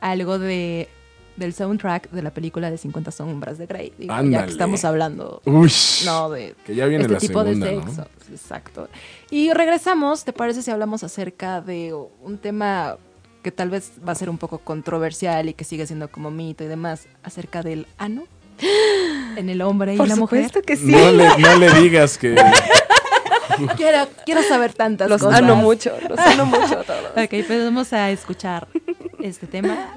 Speaker 2: algo de del soundtrack de la película de 50 sombras de Grey? Digo, ya
Speaker 3: Ándale.
Speaker 2: que estamos hablando
Speaker 3: Uy.
Speaker 2: no de
Speaker 3: Que ya viene
Speaker 2: este
Speaker 3: la
Speaker 2: tipo
Speaker 3: segunda,
Speaker 2: de
Speaker 3: ¿no?
Speaker 2: sexo. Exacto. Y regresamos, ¿te parece si hablamos acerca de un tema que tal vez va a ser un poco controversial y que sigue siendo como mito y demás, acerca del ano en el hombre y
Speaker 4: Por
Speaker 2: la
Speaker 4: supuesto
Speaker 2: mujer?
Speaker 4: que sí.
Speaker 3: No, le, no le digas que.
Speaker 2: Quiero, quiero saber tantas
Speaker 4: Los
Speaker 2: cosas.
Speaker 4: amo mucho, los amo mucho a todos.
Speaker 2: Ok, pues vamos a escuchar este tema.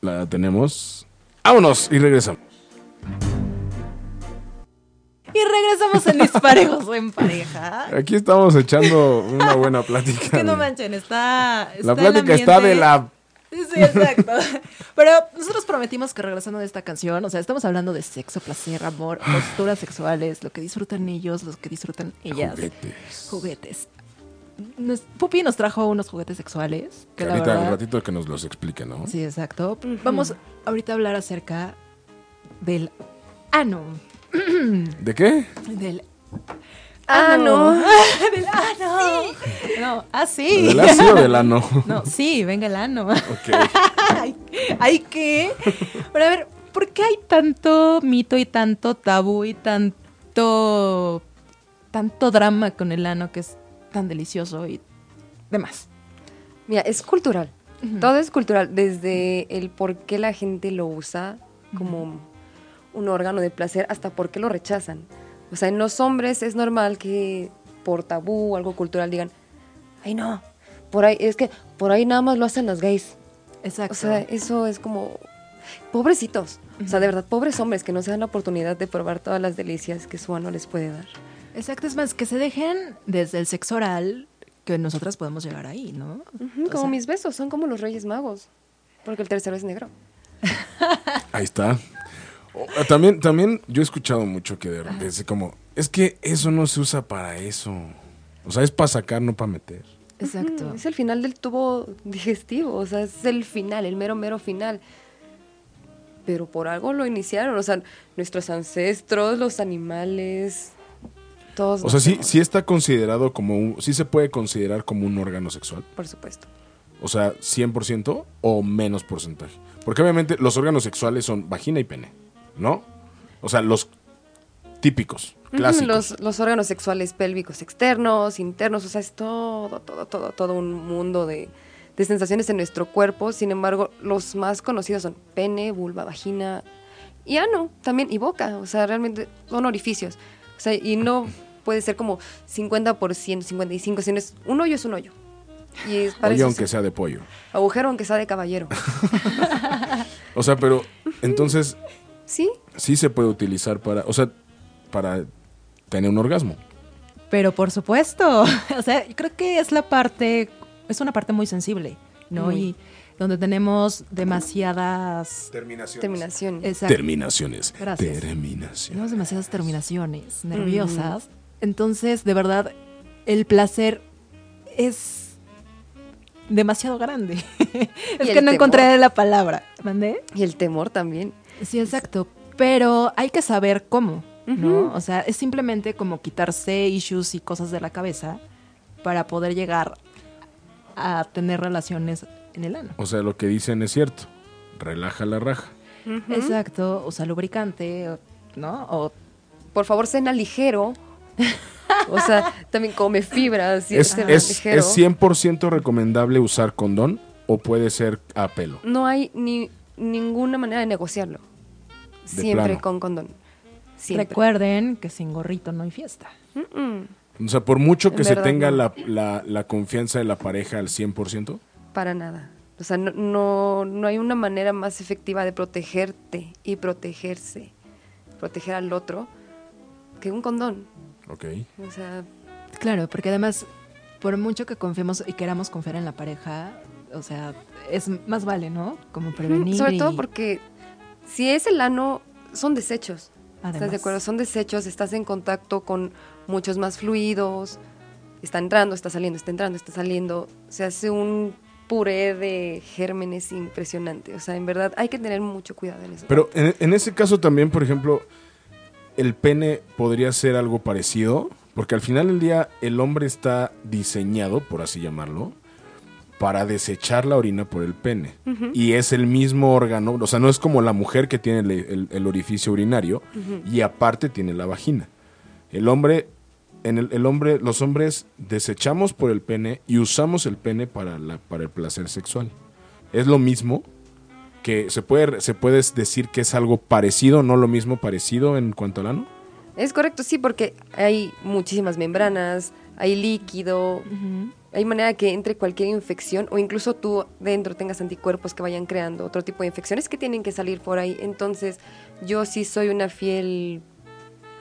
Speaker 3: La tenemos. ¡Vámonos! Y regresamos.
Speaker 2: Y regresamos en Disparejos o en Pareja.
Speaker 3: Aquí estamos echando una buena plática.
Speaker 2: Es que no
Speaker 3: de-
Speaker 2: manchen, está. está
Speaker 3: la
Speaker 2: el
Speaker 3: plática está
Speaker 2: ambiente.
Speaker 3: de la.
Speaker 2: Sí, exacto. Pero nosotros prometimos que regresando de esta canción, o sea, estamos hablando de sexo, placer, amor,
Speaker 3: Ah.
Speaker 2: posturas sexuales, lo que disfrutan ellos, los que disfrutan ellas.
Speaker 3: Juguetes.
Speaker 2: Juguetes. Nos- Pupi nos trajo unos juguetes sexuales. Que
Speaker 3: Que
Speaker 2: la
Speaker 3: ahorita
Speaker 2: verdad,
Speaker 3: al ratito que nos los explique, ¿no?
Speaker 2: Sí, exacto. Vamos ahorita a hablar acerca del ano.
Speaker 3: ¿De qué?
Speaker 2: Del
Speaker 4: Ah, no.
Speaker 2: del ano. No, ah, sí.
Speaker 3: ¿Del así o del ano?
Speaker 2: No, sí, venga el ano.
Speaker 3: Ok.
Speaker 2: Ay, ay, ¿qué? Pero a ver, ¿por qué hay tanto mito y tanto tabú y tanto tanto drama con el ano que es tan delicioso y demás?
Speaker 4: Mira, es cultural. Todo es cultural. Desde el por qué la gente lo usa como un órgano de placer hasta por qué lo rechazan. O sea, en los hombres es normal que por tabú o algo cultural digan, ay no, por ahí, es que por ahí nada más lo hacen los gays.
Speaker 2: Exacto.
Speaker 4: O sea, eso es como. Pobrecitos. O sea, de verdad, pobres hombres que no se dan la oportunidad de probar todas las delicias que su ano les puede dar.
Speaker 2: Exacto, es más, que se dejen desde el sexo oral que nosotras podemos llegar ahí, ¿no?
Speaker 4: Ujú,
Speaker 2: O
Speaker 4: como
Speaker 2: sea,
Speaker 4: mis besos, son como los reyes magos. Porque el tercero es negro.
Speaker 3: Ahí está. O- También, también yo he escuchado mucho que de, de- como. Es que eso no se usa para eso. O sea, es para sacar, no para meter.
Speaker 2: Exacto.
Speaker 4: Es el final del tubo digestivo, o sea, es el final, el mero, mero final. Pero por algo lo iniciaron, o sea, nuestros ancestros, los animales, todos.
Speaker 3: O sea, sí,
Speaker 4: nacemos,
Speaker 3: sí está considerado como un, sí se puede considerar como un órgano sexual.
Speaker 4: Por supuesto.
Speaker 3: O sea, 100% o menos porcentaje. Porque obviamente los órganos sexuales son vagina y pene, ¿no? O sea, los típicos, clásicos.
Speaker 4: Los, los órganos sexuales pélvicos externos, internos, o sea, es todo, todo, todo, todo un mundo de, de sensaciones en nuestro cuerpo. Sin embargo, los más conocidos son pene, vulva, vagina y ano también, y boca. O sea, realmente son orificios. O sea, y no puede ser como 50%, 55%, sino es un hoyo es un hoyo. Y es para
Speaker 3: Oye,
Speaker 4: eso
Speaker 3: aunque
Speaker 4: se-
Speaker 3: sea de pollo.
Speaker 4: agujero aunque sea de caballero.
Speaker 3: O sea, pero entonces
Speaker 4: ¿Sí?
Speaker 3: sí se puede utilizar para, o sea, para tener un orgasmo.
Speaker 2: Pero por supuesto, o sea, yo creo que es la parte, es una parte muy sensible, ¿no?
Speaker 4: Muy.
Speaker 2: Y donde tenemos demasiadas,
Speaker 3: Terminaciones.
Speaker 4: Terminación.
Speaker 2: exacto,
Speaker 3: Terminaciones.
Speaker 2: Gracias.
Speaker 3: Terminaciones.
Speaker 2: tenemos demasiadas terminaciones nerviosas. Entonces, de verdad, el placer es demasiado grande. es
Speaker 4: el
Speaker 2: que no
Speaker 4: temor.
Speaker 2: encontré la palabra. ¿Mandé?
Speaker 4: Y el temor también.
Speaker 2: Sí, exacto. Pero hay que saber cómo, ¿no? O sea, es simplemente como quitarse issues y cosas de la cabeza para poder llegar a tener relaciones en el ano.
Speaker 3: O sea, lo que dicen es cierto. Relaja la raja.
Speaker 2: Exacto. Usa lubricante, o- ¿no? O
Speaker 4: Por favor, cena ligero. O sea, también come fibras. y
Speaker 3: ¿Es,
Speaker 4: cena
Speaker 3: es,
Speaker 4: ligero.
Speaker 3: es 100% recomendable usar condón o puede ser a pelo?
Speaker 4: no hay ni ninguna manera de negociarlo. Siempre
Speaker 3: plano.
Speaker 4: con condón. Siempre.
Speaker 2: recuerden que sin gorrito no hay fiesta.
Speaker 4: Mm-mm.
Speaker 3: O sea, por mucho que
Speaker 4: En
Speaker 3: se
Speaker 4: verdad,
Speaker 3: tenga
Speaker 4: no.
Speaker 3: la, la- la confianza de la pareja al 100%,
Speaker 4: Para nada. O sea, no, no, no hay una manera más efectiva de protegerte y protegerse, proteger al otro, que un condón.
Speaker 3: ok.
Speaker 4: O sea,
Speaker 2: Claro, porque además, por mucho que confiemos y queramos confiar en la pareja, o sea, es más vale, ¿no? Como prevenir.
Speaker 4: sobre todo
Speaker 2: y-
Speaker 4: porque si es el ano, son desechos. ¿Estás de
Speaker 2: Además.
Speaker 4: acuerdo? Son desechos, estás en contacto con muchos más fluidos, está entrando, está saliendo, está entrando, está saliendo. Se hace un puré de gérmenes impresionante. O sea, en verdad hay que tener mucho cuidado en eso.
Speaker 3: Pero en, en ese caso también, por ejemplo, el pene podría ser algo parecido, porque al final del día el hombre está diseñado, por así llamarlo, para desechar la orina por el pene. Y es el mismo órgano, o sea, no es como la mujer que tiene el, el- el orificio urinario y aparte tiene la vagina. El hombre, en el, el hombre, los hombres desechamos por el pene y usamos el pene para, la, para el placer sexual. Es lo mismo que se puede, se puede decir que es algo parecido, no lo mismo parecido en cuanto al ano.
Speaker 4: Es correcto, sí, porque hay muchísimas membranas, hay líquido, hay manera que entre cualquier infección o incluso tú dentro tengas anticuerpos que vayan creando otro tipo de infecciones que tienen que salir por ahí. Entonces, yo sí soy una fiel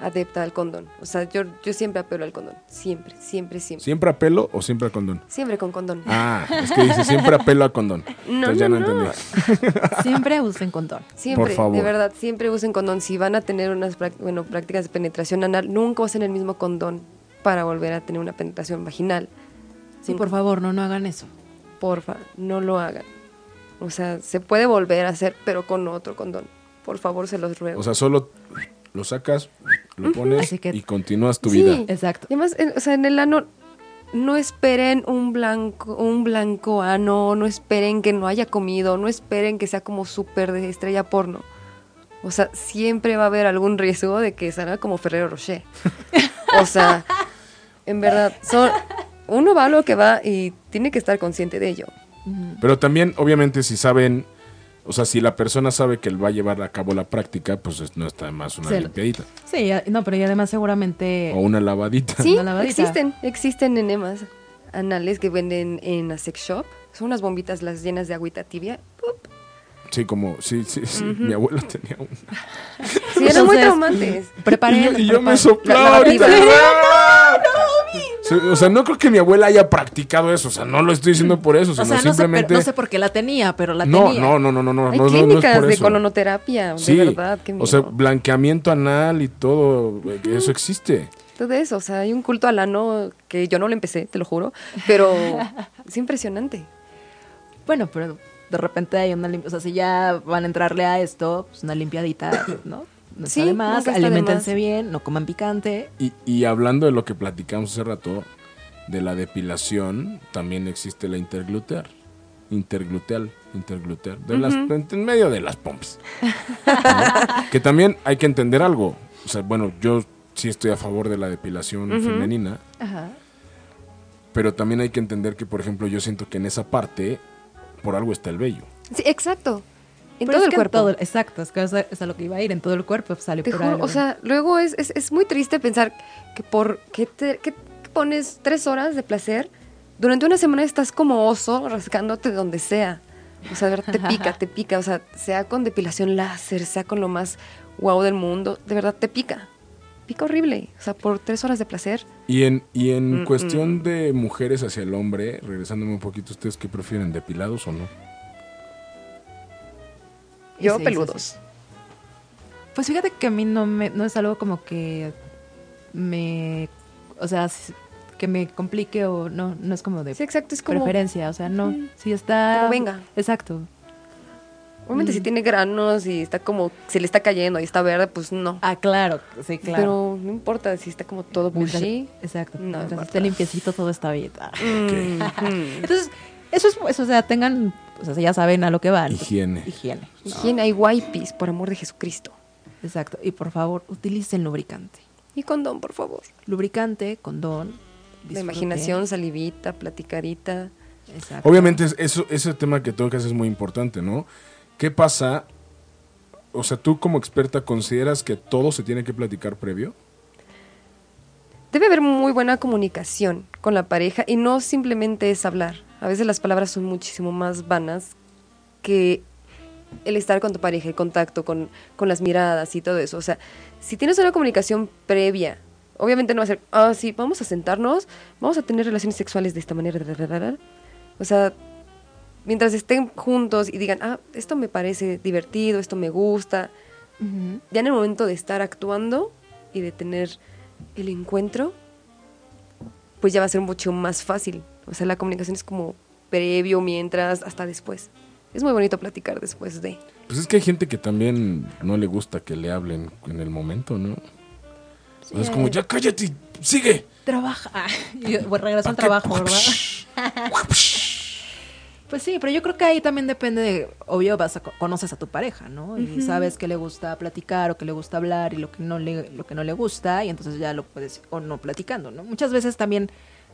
Speaker 4: adepta al condón. O sea, yo, yo siempre apelo al condón. Siempre, siempre, siempre.
Speaker 3: ¿Siempre a pelo o siempre a condón?
Speaker 4: Siempre con condón.
Speaker 3: Ah, es que dice siempre a pelo a condón.
Speaker 4: No,
Speaker 3: Entonces ya
Speaker 4: no,
Speaker 3: no,
Speaker 4: no.
Speaker 3: entendí.
Speaker 2: Siempre usen condón.
Speaker 4: Siempre,
Speaker 3: Por favor.
Speaker 4: de verdad, siempre usen condón. Si van a tener unas práct- bueno, prácticas de penetración anal, nunca usen el mismo condón para volver a tener una penetración vaginal.
Speaker 2: Sí, por favor, no, no hagan eso.
Speaker 4: porfa, no lo hagan. O sea, se puede volver a hacer, pero con otro condón. Por favor, se los ruego.
Speaker 3: O sea, solo lo sacas, lo pones
Speaker 2: Así que-
Speaker 3: y continúas tu
Speaker 4: Sí.
Speaker 3: vida.
Speaker 2: Exacto.
Speaker 4: Y además, en, o sea, en el ano, no esperen un blanco, un blanco ano, no esperen que no haya comido, no esperen que sea como súper de estrella porno. O sea, siempre va a haber algún riesgo de que salga como Ferrero Rocher. O sea, en verdad, son, uno va a lo que va y tiene que estar consciente de ello.
Speaker 3: Pero también, obviamente, si saben, o sea, si la persona sabe que él va a llevar a cabo la práctica, pues es- no está más una
Speaker 2: Se lo- Eh.
Speaker 3: limpiadita
Speaker 2: Sí, ya- no, pero y además seguramente
Speaker 3: o una lavadita.
Speaker 4: Sí,
Speaker 2: Una lavadita.
Speaker 4: existen, existen enemas anales que venden en la sex shop. Son unas bombitas las llenas de agüita tibia. Pup.
Speaker 3: Sí, como, sí, sí, sí. Mi abuela tenía una.
Speaker 4: Sí, eran muy
Speaker 2: Entonces,
Speaker 4: traumantes.
Speaker 2: Preparen,
Speaker 3: y yo, y yo me
Speaker 2: preparen.
Speaker 3: soplaba
Speaker 4: La- la
Speaker 3: ahorita.
Speaker 4: lavativa.
Speaker 3: ¡Ah! Sí, O sea, no creo que mi abuela haya practicado eso. O sea, no lo estoy diciendo por eso,
Speaker 2: O
Speaker 3: sino
Speaker 2: sea, no sé, pero-
Speaker 3: simplemente.
Speaker 2: no sé por qué la tenía, pero la
Speaker 3: no,
Speaker 2: tenía.
Speaker 3: no, no, no, no, no,
Speaker 4: Hay
Speaker 3: no, no, no es
Speaker 4: clínicas
Speaker 3: por
Speaker 4: de
Speaker 3: eso.
Speaker 4: colonoterapia,
Speaker 3: Sí,
Speaker 4: de verdad, qué miedo.
Speaker 3: o sea, blanqueamiento anal y todo, eh, que eso existe.
Speaker 4: Todo eso, o sea, hay un culto al ano que yo no lo empecé, te lo juro, pero es impresionante.
Speaker 2: Bueno, pero de repente hay una limpieza. O sea, si ya van a entrarle a esto, pues una limpiadita, ¿no? No
Speaker 4: Sí,
Speaker 2: está de más,
Speaker 4: nunca está de
Speaker 2: aliméntense
Speaker 4: más.
Speaker 2: bien, no coman picante.
Speaker 3: Y, y hablando de lo que platicamos hace rato, de la depilación, también existe la intergluteal. Intergluteal, intergluteal. De las, en en medio de las pompas. ¿no? que también hay que entender algo. O sea, bueno, yo sí estoy a favor de la depilación femenina,
Speaker 2: Ajá.
Speaker 3: pero también hay que entender que, por ejemplo, yo siento que en esa parte, por algo está el vello.
Speaker 4: Sí, exacto. En
Speaker 2: Pero es
Speaker 4: todo el
Speaker 2: que
Speaker 4: cuerpo.
Speaker 2: todo- exacto, es, que es, a, es a lo que iba a ir, en todo el cuerpo sale
Speaker 4: Te
Speaker 2: por
Speaker 4: juro,
Speaker 2: algo.
Speaker 4: o sea, luego es, es, es muy triste pensar que por que te que pones tres horas de placer, durante una semana estás como oso rascándote donde sea. O sea, a ver, te pica, te pica. O sea, sea con depilación láser, sea con lo más guau del mundo, de verdad te pica. Pica horrible. O sea, por tres horas de placer.
Speaker 3: Y en, y en cuestión de mujeres hacia el hombre, regresándome un poquito, ¿ustedes qué prefieren, depilados o no?
Speaker 2: Y
Speaker 4: Yo
Speaker 2: sí, sí,
Speaker 4: peludos.
Speaker 2: sí. Pues fíjate que a mí no, me, no es algo como que me. O sea, s- que me complique o no, no es como de
Speaker 4: Sí, exacto, es como-
Speaker 2: preferencia. O sea, no. Si está.
Speaker 4: Como venga.
Speaker 2: Exacto.
Speaker 4: Obviamente
Speaker 2: Mm.
Speaker 4: si tiene granos y está como, se le está cayendo y está verde, pues no.
Speaker 2: Ah, claro, sí, claro.
Speaker 4: Pero no importa si está como todo
Speaker 2: Mientras-
Speaker 4: bushy.
Speaker 2: exacto.
Speaker 4: No,
Speaker 2: Mientras
Speaker 4: Marta.
Speaker 2: esté limpiecito, todo está bien. Ah.
Speaker 4: Ujú.
Speaker 2: Entonces, eso es. eso, o sea, tengan. pues, O sea, ya saben a lo que van.
Speaker 3: Higiene.
Speaker 2: Higiene.
Speaker 4: Higiene, hay wipes, por amor de Jesucristo.
Speaker 2: Exacto. Y por favor, utilicen lubricante.
Speaker 4: Y condón, por favor.
Speaker 2: Lubricante, condón.
Speaker 4: La
Speaker 2: disfruten.
Speaker 4: imaginación, salivita, platicarita.
Speaker 2: Exacto.
Speaker 3: Obviamente es- eso, ese tema que tocas es muy importante, ¿no? ¿Qué pasa? O sea, tú como experta consideras que todo se tiene que platicar previo.
Speaker 4: Debe haber muy buena comunicación con la pareja y no simplemente es hablar. A veces las palabras son muchísimo más vanas que el estar con tu pareja, el contacto con, con las miradas y todo eso. O sea, si tienes una comunicación previa, obviamente no va a ser, ah, sí, vamos a sentarnos, vamos a tener relaciones sexuales de esta manera. da, da, da, da". O sea, mientras estén juntos y digan, ah, esto me parece divertido, esto me gusta,
Speaker 2: Ujú.
Speaker 4: ya en el momento de estar actuando y de tener el encuentro, pues ya va a ser mucho más fácil. O sea, la comunicación es como previo, mientras, hasta después. Es muy bonito platicar después de.
Speaker 3: Pues es que hay gente que también no le gusta que le hablen en el momento, ¿no? O sea, es como, ya cállate, y sigue.
Speaker 2: Trabaja. Y, bueno, regreso al
Speaker 3: ¿Para qué?
Speaker 2: trabajo, ¿verdad? Pues sí, pero yo creo que ahí también depende de, obvio, vas a, co- conoces a tu pareja, ¿no? Y sabes que le gusta platicar o que le gusta hablar y lo que no le, lo que no le gusta, y entonces ya lo puedes, o no platicando, ¿no? Muchas veces también,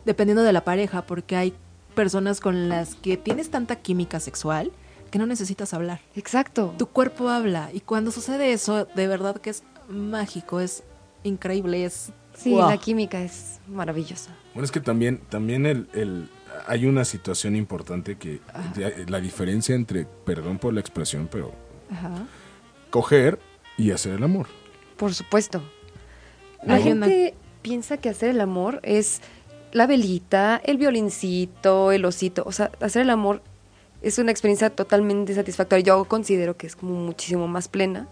Speaker 2: dependiendo de la pareja, porque hay personas con las que tienes tanta química sexual que no necesitas hablar.
Speaker 4: Exacto.
Speaker 2: Tu cuerpo habla, y cuando sucede eso, de verdad que es mágico, es increíble, es...
Speaker 4: sí,
Speaker 2: wow.
Speaker 4: la química es maravillosa.
Speaker 3: Bueno, es que también, también el, el- hay una situación importante que eh, la diferencia entre, perdón por la expresión, pero
Speaker 2: Ajá.
Speaker 3: coger y hacer el amor.
Speaker 4: Por supuesto. La
Speaker 2: Hay una-
Speaker 4: gente piensa que hacer el amor es la velita, el violincito, el osito. O sea, hacer el amor es una experiencia totalmente satisfactoria. Yo considero que es como muchísimo más plena.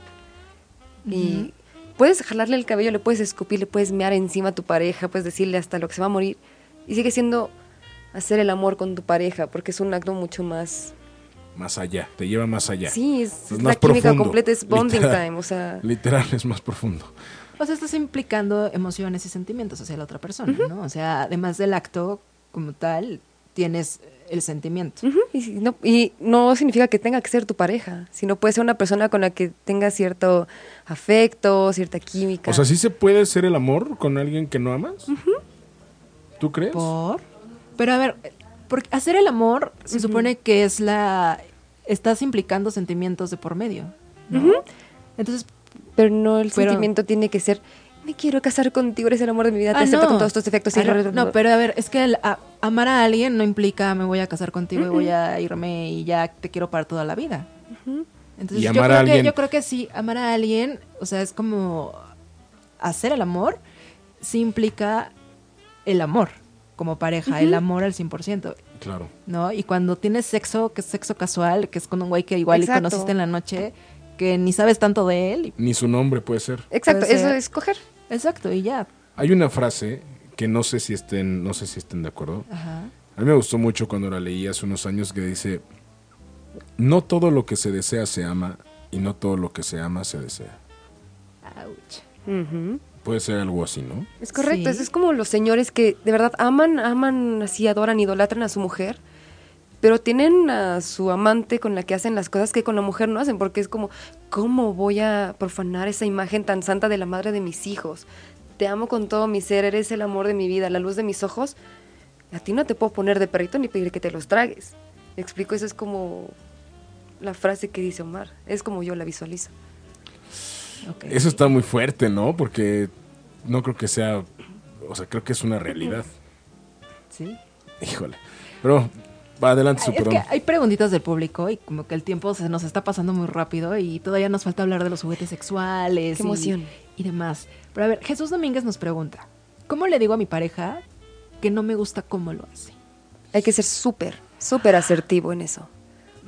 Speaker 4: Y puedes jalarle el cabello, le puedes escupir, le puedes mear encima a tu pareja, puedes decirle hasta lo que se va a morir. Y sigue siendo hacer el amor con tu pareja, porque es un acto mucho más...
Speaker 3: Más allá, te lleva más allá.
Speaker 4: Sí, es,
Speaker 3: Es
Speaker 4: es
Speaker 3: más
Speaker 4: la química
Speaker 3: profundo,
Speaker 4: completa, es bonding
Speaker 3: literal.
Speaker 4: time, o sea...
Speaker 3: Literal, es más profundo.
Speaker 2: O sea, estás implicando emociones y sentimientos hacia la otra persona, ¿no? O sea, además del acto como tal, tienes el sentimiento.
Speaker 4: Ujú, Y, si no, y no significa que tenga que ser tu pareja, sino puede ser una persona con la que tenga cierto afecto, cierta química.
Speaker 3: O sea, ¿sí se puede hacer el amor con alguien que no amas? ¿Tú crees?
Speaker 2: Por. Pero a ver, porque hacer el amor se supone que es la. Estás implicando sentimientos de por medio. ¿no? Entonces,
Speaker 4: pero no el
Speaker 2: pero-
Speaker 4: sentimiento tiene que ser, me quiero casar contigo, eres el amor de mi vida, te
Speaker 2: Ah,
Speaker 4: acepto
Speaker 2: no.
Speaker 4: con todos tus defectos. y
Speaker 2: Ah, no,
Speaker 4: bla, bla, bla,
Speaker 2: no,
Speaker 4: bla".
Speaker 2: pero a ver, es que el a- amar a alguien no implica me voy a casar contigo y voy a irme y ya te quiero para toda la vida. Entonces,
Speaker 3: Y
Speaker 2: yo,
Speaker 3: amar
Speaker 2: creo
Speaker 3: a
Speaker 2: que,
Speaker 3: alguien.
Speaker 2: yo creo que sí, amar a alguien, o sea, es como hacer el amor, sí implica el amor. como pareja, el amor al 100%,
Speaker 3: Claro.
Speaker 2: ¿no? Y cuando tienes sexo, que es sexo casual, que es con un güey que igual y
Speaker 4: Exacto.
Speaker 2: conociste en la noche, que ni sabes tanto de él. y-
Speaker 3: Ni su nombre puede ser.
Speaker 4: Exacto,
Speaker 2: Puede
Speaker 4: eso
Speaker 2: ser.
Speaker 4: es coger.
Speaker 2: Exacto, y ya.
Speaker 3: Hay una frase que no sé si estén, no sé si estén de acuerdo.
Speaker 2: Ajá.
Speaker 3: A mí me gustó mucho cuando la leí hace unos años que dice, no todo lo que se desea se ama y no todo lo que se ama se desea.
Speaker 2: Ouch.
Speaker 4: Ujú.
Speaker 3: Puede ser algo así, ¿no?
Speaker 4: Es correcto,
Speaker 2: Sí.
Speaker 4: eso es como los señores que de verdad aman, aman así, adoran, idolatran a su mujer, pero tienen a su amante con la que hacen las cosas que con la mujer no hacen, porque es como, ¿cómo voy a profanar esa imagen tan santa de la madre de mis hijos? Te amo con todo mi ser, eres el amor de mi vida, la luz de mis ojos. A ti no te puedo poner de perrito ni pedir que te los tragues. ¿Me explico? Eso es como la frase que dice Omar, es como yo la visualizo.
Speaker 2: Ok.
Speaker 3: Eso está muy fuerte, ¿no? Porque no creo que sea, o sea, creo que es una realidad.
Speaker 2: Sí.
Speaker 3: Híjole. Pero, va adelante,
Speaker 2: Ay, Es
Speaker 3: Superón.
Speaker 2: que hay preguntitas del público y como que el tiempo se nos está pasando muy rápido y todavía nos falta hablar de los juguetes sexuales
Speaker 4: Qué
Speaker 2: y-
Speaker 4: emoción.
Speaker 2: Y, demás. Pero a ver, Jesús Domínguez nos pregunta, ¿cómo le digo a mi pareja que no me gusta cómo lo hace?
Speaker 4: Hay que ser súper, súper asertivo en eso.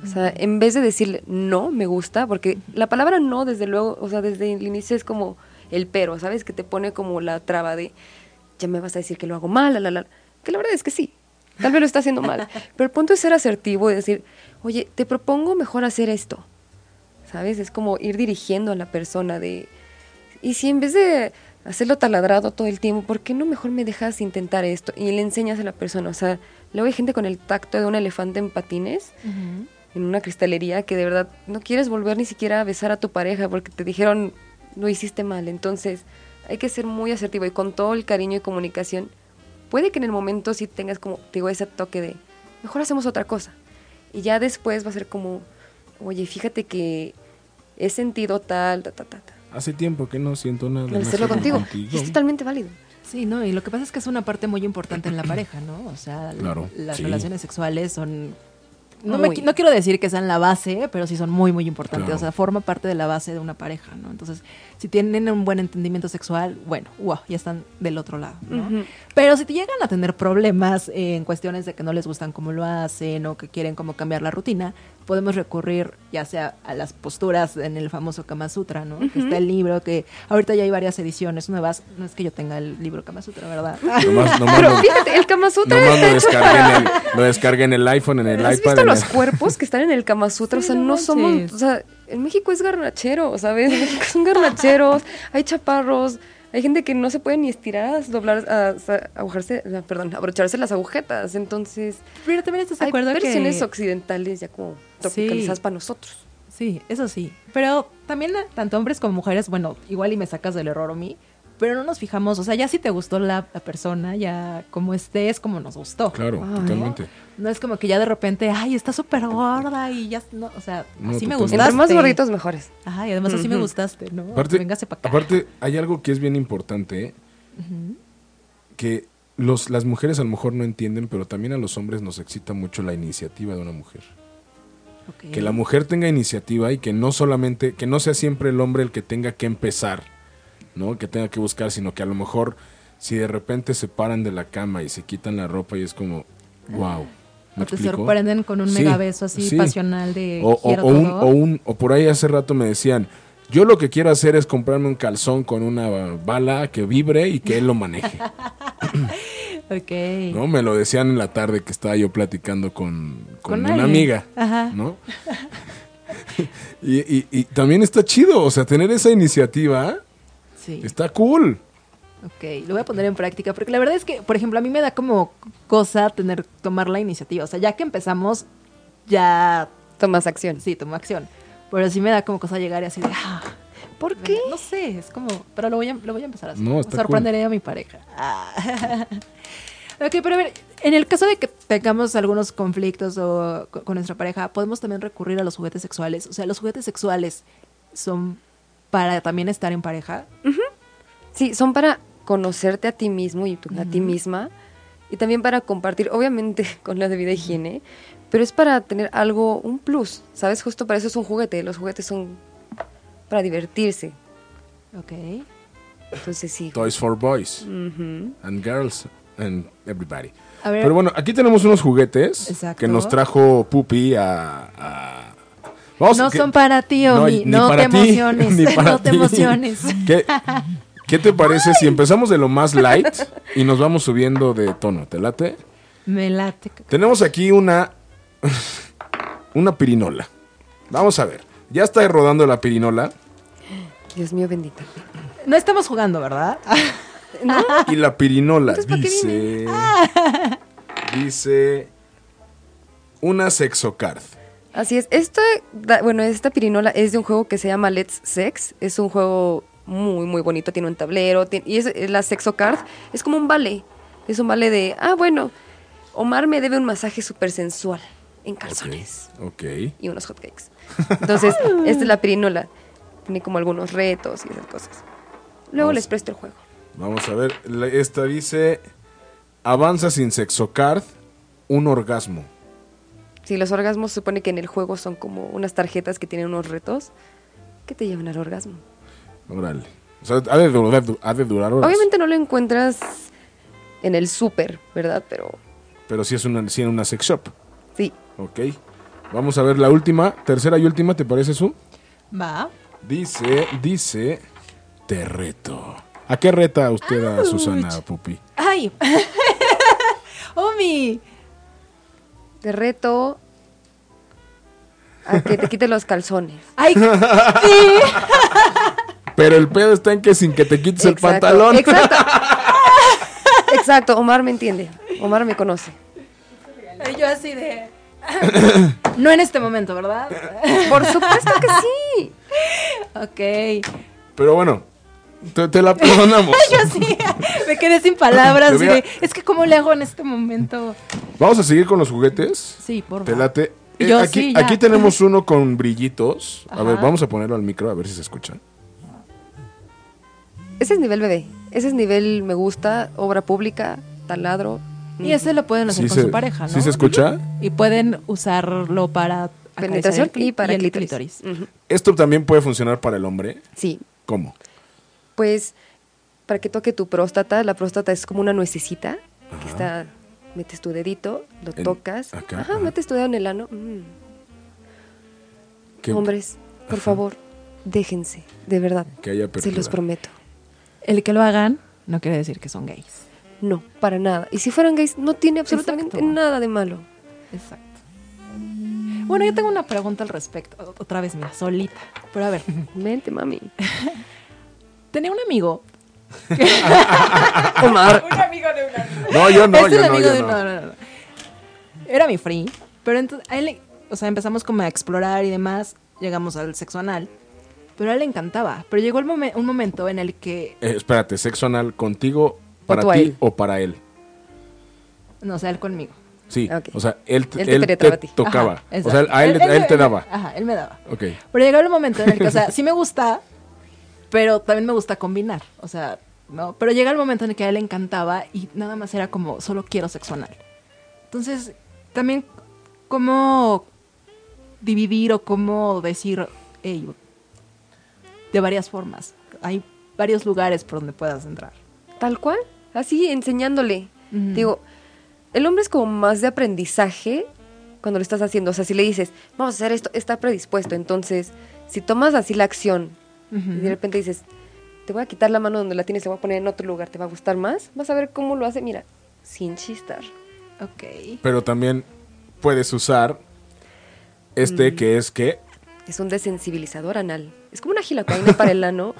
Speaker 4: O sea, en vez de decirle no, me gusta, porque la palabra no, desde luego, o sea, desde el inicio es como el pero, ¿sabes? Que te pone como la traba de ya me vas a decir que lo hago mal, la, la, la. Que la verdad es que sí, tal vez lo está haciendo mal. Pero el punto es ser asertivo y decir, oye, te propongo mejor hacer esto. ¿Sabes? Es como ir dirigiendo a la persona de. Y si en vez de hacerlo taladrado todo el tiempo, ¿por qué no mejor me dejas intentar esto? Y le enseñas a la persona. O sea, luego hay gente con el tacto de un elefante en patines, en una cristalería, que de verdad no quieres volver ni siquiera a besar a tu pareja porque te dijeron lo hiciste mal. Entonces, hay que ser muy asertivo y con todo el cariño y comunicación. Puede que en el momento sí tengas como, te digo, ese toque de mejor hacemos otra cosa. Y ya después va a ser como, oye, fíjate que he sentido tal, ta, ta, ta, ta.
Speaker 3: Hace tiempo que no siento nada.
Speaker 4: Al
Speaker 3: más
Speaker 4: hacerlo
Speaker 3: que
Speaker 4: contigo. Y Es totalmente válido.
Speaker 2: Sí, no, y lo que pasa es que es una parte muy importante en la pareja, ¿no? O sea, l-
Speaker 3: Claro,
Speaker 2: las
Speaker 3: sí.
Speaker 2: relaciones sexuales son... No, me
Speaker 4: Muy.
Speaker 2: qui- no quiero decir que sean la base, pero sí son muy, muy importantes.
Speaker 3: Claro.
Speaker 2: O sea, forma parte de la base de una pareja, ¿no? Entonces, si tienen un buen entendimiento sexual, bueno, wow, ya están del otro lado, ¿no? Pero si te llegan a tener problemas eh, en cuestiones de que no les gustan cómo lo hacen o que quieren como cambiar la rutina, podemos recurrir ya sea a las posturas en el famoso Kama Sutra, ¿no? Que está el libro que ahorita ya hay varias ediciones nuevas. No es que yo tenga el libro Kama Sutra, ¿verdad?
Speaker 4: Ah.
Speaker 3: Nomás, nomás
Speaker 4: Pero
Speaker 3: lo-
Speaker 4: fíjate, el Kama Sutra
Speaker 3: nomás lo
Speaker 4: está hecho
Speaker 3: descargué,
Speaker 4: para...
Speaker 3: en el, lo descargué en el iPhone, en el
Speaker 4: ¿Has
Speaker 3: iPad.
Speaker 4: visto
Speaker 3: en
Speaker 4: los
Speaker 3: el-
Speaker 4: cuerpos que están en el Kama Sutra? o sea,
Speaker 2: Sí, no
Speaker 4: no, somos...
Speaker 2: manches.
Speaker 4: O sea, en México es garnachero, ¿sabes? En México son garnacheros, hay chaparros, hay gente que no se puede ni estirar, doblar, a- a- agujarse, no, perdón, abrocharse las agujetas. Entonces,
Speaker 2: Pero también estás de
Speaker 4: hay
Speaker 2: acuerdo
Speaker 4: versiones
Speaker 2: Pues que...
Speaker 4: occidentales ya como
Speaker 2: Sí.
Speaker 4: tropicalizadas para nosotros.
Speaker 2: Sí, eso sí. Pero también eh, tanto hombres como mujeres, bueno, igual y me sacas del error a mí, pero no nos fijamos, o sea, ya si te gustó la, la persona, ya como esté, es como nos gustó.
Speaker 3: Claro,
Speaker 4: Ah,
Speaker 3: totalmente.
Speaker 2: No es como que ya de repente, ay, está súper gorda y ya, no, o sea,
Speaker 3: No,
Speaker 2: así
Speaker 3: totalmente.
Speaker 2: me gustaste.
Speaker 4: Entre más gorditos, mejores.
Speaker 2: Ajá, y además así me gustaste, ¿no?
Speaker 3: Aparte,
Speaker 2: Véngase para acá.
Speaker 3: aparte, hay algo que es bien importante, ¿eh? que los, las mujeres a lo mejor no entienden, pero también a los hombres nos excita mucho la iniciativa de una mujer.
Speaker 2: Ok.
Speaker 3: Que la mujer tenga iniciativa y que no solamente, que no sea siempre el hombre el que tenga que empezar, ¿no? Que tenga que buscar, sino que a lo mejor si de repente se paran de la cama y se quitan la ropa y es como, wow.
Speaker 2: Ah. O te sorprenden con un mega beso así pasional de
Speaker 3: o, o-
Speaker 2: quiero
Speaker 3: o un-
Speaker 2: todo.
Speaker 3: o un- o por ahí hace rato me decían, yo lo que quiero hacer es comprarme un calzón con una bala que vibre y que él lo maneje.
Speaker 2: Ok.
Speaker 3: ¿no? Me lo decían en la tarde que estaba yo platicando con, con
Speaker 2: Con
Speaker 3: una
Speaker 2: alguien.
Speaker 3: amiga,
Speaker 2: Ajá.
Speaker 3: ¿no? y, y- y también está chido, o sea, tener esa iniciativa
Speaker 2: Sí.
Speaker 3: está cool.
Speaker 2: Ok, lo voy a poner en práctica, porque la verdad es que, por ejemplo, a mí me da como cosa tener, tomar la iniciativa. O sea, ya que empezamos, ya
Speaker 4: Tomas acción.
Speaker 2: sí, tomo acción. Pero sí me da como cosa llegar y así de, ah,
Speaker 4: ¿Por qué?
Speaker 2: No sé, es como, pero lo voy a, lo voy a empezar a hacer.
Speaker 3: No, está
Speaker 2: Sorprenderé a mi pareja. Ah. ok, pero a ver, en el caso de que tengamos algunos conflictos o co- con nuestra pareja, podemos también recurrir a los juguetes sexuales. O sea, los juguetes sexuales son para también estar en pareja.
Speaker 4: Sí, son para conocerte a ti mismo y tú- a ti misma y también para compartir, obviamente con la debida higiene, pero es para tener algo, un plus, ¿sabes? Justo para eso es un juguete, los juguetes son para divertirse.
Speaker 2: Ok.
Speaker 4: Entonces sí.
Speaker 3: Toys for boys
Speaker 4: Ujú.
Speaker 3: and girls and everybody.
Speaker 2: A ver.
Speaker 3: Pero bueno, aquí tenemos unos juguetes
Speaker 2: Exacto.
Speaker 3: que nos trajo Pupi a... a- Vamos,
Speaker 2: No
Speaker 3: que-
Speaker 2: son para ti, Omi.
Speaker 3: ni
Speaker 2: No,
Speaker 3: para
Speaker 2: te
Speaker 3: ti,
Speaker 2: emociones.
Speaker 3: ni para
Speaker 2: no te
Speaker 3: ti.
Speaker 2: emociones.
Speaker 3: ¿Qué, qué te parece si empezamos de lo más light y nos vamos subiendo de tono? ¿Te late?
Speaker 2: Me late.
Speaker 3: Tenemos aquí una. Una pirinola. Vamos a ver. Ya está rodando la pirinola.
Speaker 4: Dios mío bendito.
Speaker 2: No estamos jugando, ¿verdad?
Speaker 3: Y la pirinola
Speaker 4: ¿para qué
Speaker 3: dice. Dice. Una sexocard.
Speaker 4: Así es. Esta, da- bueno, esta pirinola es de un juego que se llama Let's Sex. Es un juego muy, muy bonito. Tiene un tablero. ti- y es eh, la sexo card. Es como un vale. Es un vale de, ah, bueno, Omar me debe un masaje súper sensual en calzones
Speaker 3: Ok.
Speaker 4: y unos hotcakes. Entonces, esta es la pirinola. Tiene como algunos retos y esas cosas. Luego
Speaker 3: Vamos.
Speaker 4: les presto el juego.
Speaker 3: Vamos a ver. la- Esta dice. Avanza sin sexocard. Un orgasmo.
Speaker 4: Si los orgasmos se supone que en el juego son como unas tarjetas que tienen unos retos que te llevan al orgasmo.
Speaker 3: Órale. O sea, ha de durar, ha de durar horas.
Speaker 4: Obviamente no lo encuentras en el súper, ¿verdad? Pero
Speaker 3: Pero sí es una, sí en una sex shop.
Speaker 4: sí.
Speaker 3: Ok. Vamos a ver la última, tercera y última, ¿te parece, Su?
Speaker 2: Va.
Speaker 3: Dice, dice, te reto. ¿A qué reta usted a Susana Pupi?
Speaker 2: ¡Ay! ¡Omi!
Speaker 4: Te reto a que te quite los calzones.
Speaker 2: ¡Ay!
Speaker 3: Pero el pedo está en que sin que te quites el
Speaker 4: Exacto,
Speaker 3: pantalón.
Speaker 4: Exacto. Exacto, Omar me entiende. Omar me conoce.
Speaker 2: Y Yo así de. No en este momento, ¿verdad?
Speaker 4: Por supuesto que sí.
Speaker 2: Ok.
Speaker 3: Pero bueno, te, te la perdonamos.
Speaker 2: Yo así. Me quedé sin palabras.
Speaker 3: Te
Speaker 2: así
Speaker 3: voy a-
Speaker 2: de, es que, ¿cómo le hago en este momento?
Speaker 3: Vamos a seguir con los juguetes.
Speaker 2: Sí, por
Speaker 3: Te
Speaker 2: favor.
Speaker 3: late. Eh,
Speaker 2: Yo
Speaker 3: aquí,
Speaker 2: sí, ya.
Speaker 3: aquí tenemos uno con brillitos. A ver,
Speaker 2: Ajá.
Speaker 3: vamos a ponerlo al micro a ver si se escuchan.
Speaker 4: Ese es nivel bebé. Ese es nivel me gusta, obra pública, taladro.
Speaker 2: Y ese lo pueden hacer
Speaker 3: Sí
Speaker 2: con
Speaker 3: se-
Speaker 2: su pareja, ¿no?
Speaker 3: sí se escucha.
Speaker 2: Y pueden usarlo para. acariciar
Speaker 4: mm, Penetración
Speaker 2: el-
Speaker 4: y para
Speaker 2: el
Speaker 4: clítoris.
Speaker 2: clítoris.
Speaker 4: Ujú.
Speaker 3: Esto también puede funcionar para el hombre.
Speaker 4: Sí,
Speaker 3: ¿Cómo?
Speaker 4: pues para que toque tu próstata, la próstata es como una nuececita que está, metes tu dedito, lo
Speaker 3: En-
Speaker 4: tocas,
Speaker 3: acá,
Speaker 4: ajá,
Speaker 3: ajá.
Speaker 4: metes tu dedo en el ano. mm.
Speaker 3: Que-
Speaker 4: Hombres, por favor, déjense, de verdad,
Speaker 3: Que haya
Speaker 4: se los
Speaker 3: apertura.
Speaker 4: prometo.
Speaker 2: El que lo hagan no quiere decir que son gays.
Speaker 4: No, para nada. Y si fueran gays, no tiene absolutamente
Speaker 2: Exacto.
Speaker 4: nada de malo.
Speaker 2: Exacto. Bueno, yo tengo una pregunta al respecto. O- Otra vez, mira, solita. Pero a ver,
Speaker 4: Mente, mami.
Speaker 2: tenía un amigo.
Speaker 4: Omar.
Speaker 2: Un amigo de una.
Speaker 3: No, yo no,
Speaker 2: es el
Speaker 3: yo no,
Speaker 2: amigo
Speaker 3: yo
Speaker 2: de
Speaker 3: no.
Speaker 2: no, no, no. Era mi free. Pero entonces, a él, le- o sea, empezamos como a explorar y demás. Llegamos al sexo anal. Pero a él le encantaba. Pero llegó el momen- un momento en el que,
Speaker 3: Eh, espérate, sexo anal contigo, para
Speaker 4: tú a
Speaker 3: ti
Speaker 4: él.
Speaker 3: o para él.
Speaker 2: no o sea, él conmigo.
Speaker 3: Sí,
Speaker 4: Ok.
Speaker 3: o sea, él,
Speaker 4: Él te
Speaker 3: él
Speaker 4: penetraba a ti.
Speaker 3: tocaba.
Speaker 2: Ajá,
Speaker 3: o sea,
Speaker 2: exacto.
Speaker 3: a él, a él te daba.
Speaker 2: Ajá, él me daba.
Speaker 3: Ok.
Speaker 2: Pero llegó el momento en el que, o sea, sí me gusta, pero también me gusta combinar. O sea, ¿no? Pero llega el momento en el que a él le encantaba y nada más era como, solo quiero sexo anal. Entonces, también, ¿cómo dividir o cómo decir, "Ey, de varias formas? Hay varios lugares por donde puedas entrar.
Speaker 4: Tal cual, así enseñándole.
Speaker 2: Ujú.
Speaker 4: Digo, el hombre es como más de aprendizaje cuando lo estás haciendo. O sea, si le dices, vamos a hacer esto, está predispuesto. Entonces, si tomas así la acción y de repente dices, te voy a quitar la mano donde la tienes, te voy a poner en otro lugar, te va a gustar más, vas a ver cómo lo hace, mira, sin chistar.
Speaker 2: Ok.
Speaker 3: Pero también puedes usar este que es que.
Speaker 4: Es un desensibilizador anal. Es como una gilacuaina para el ano.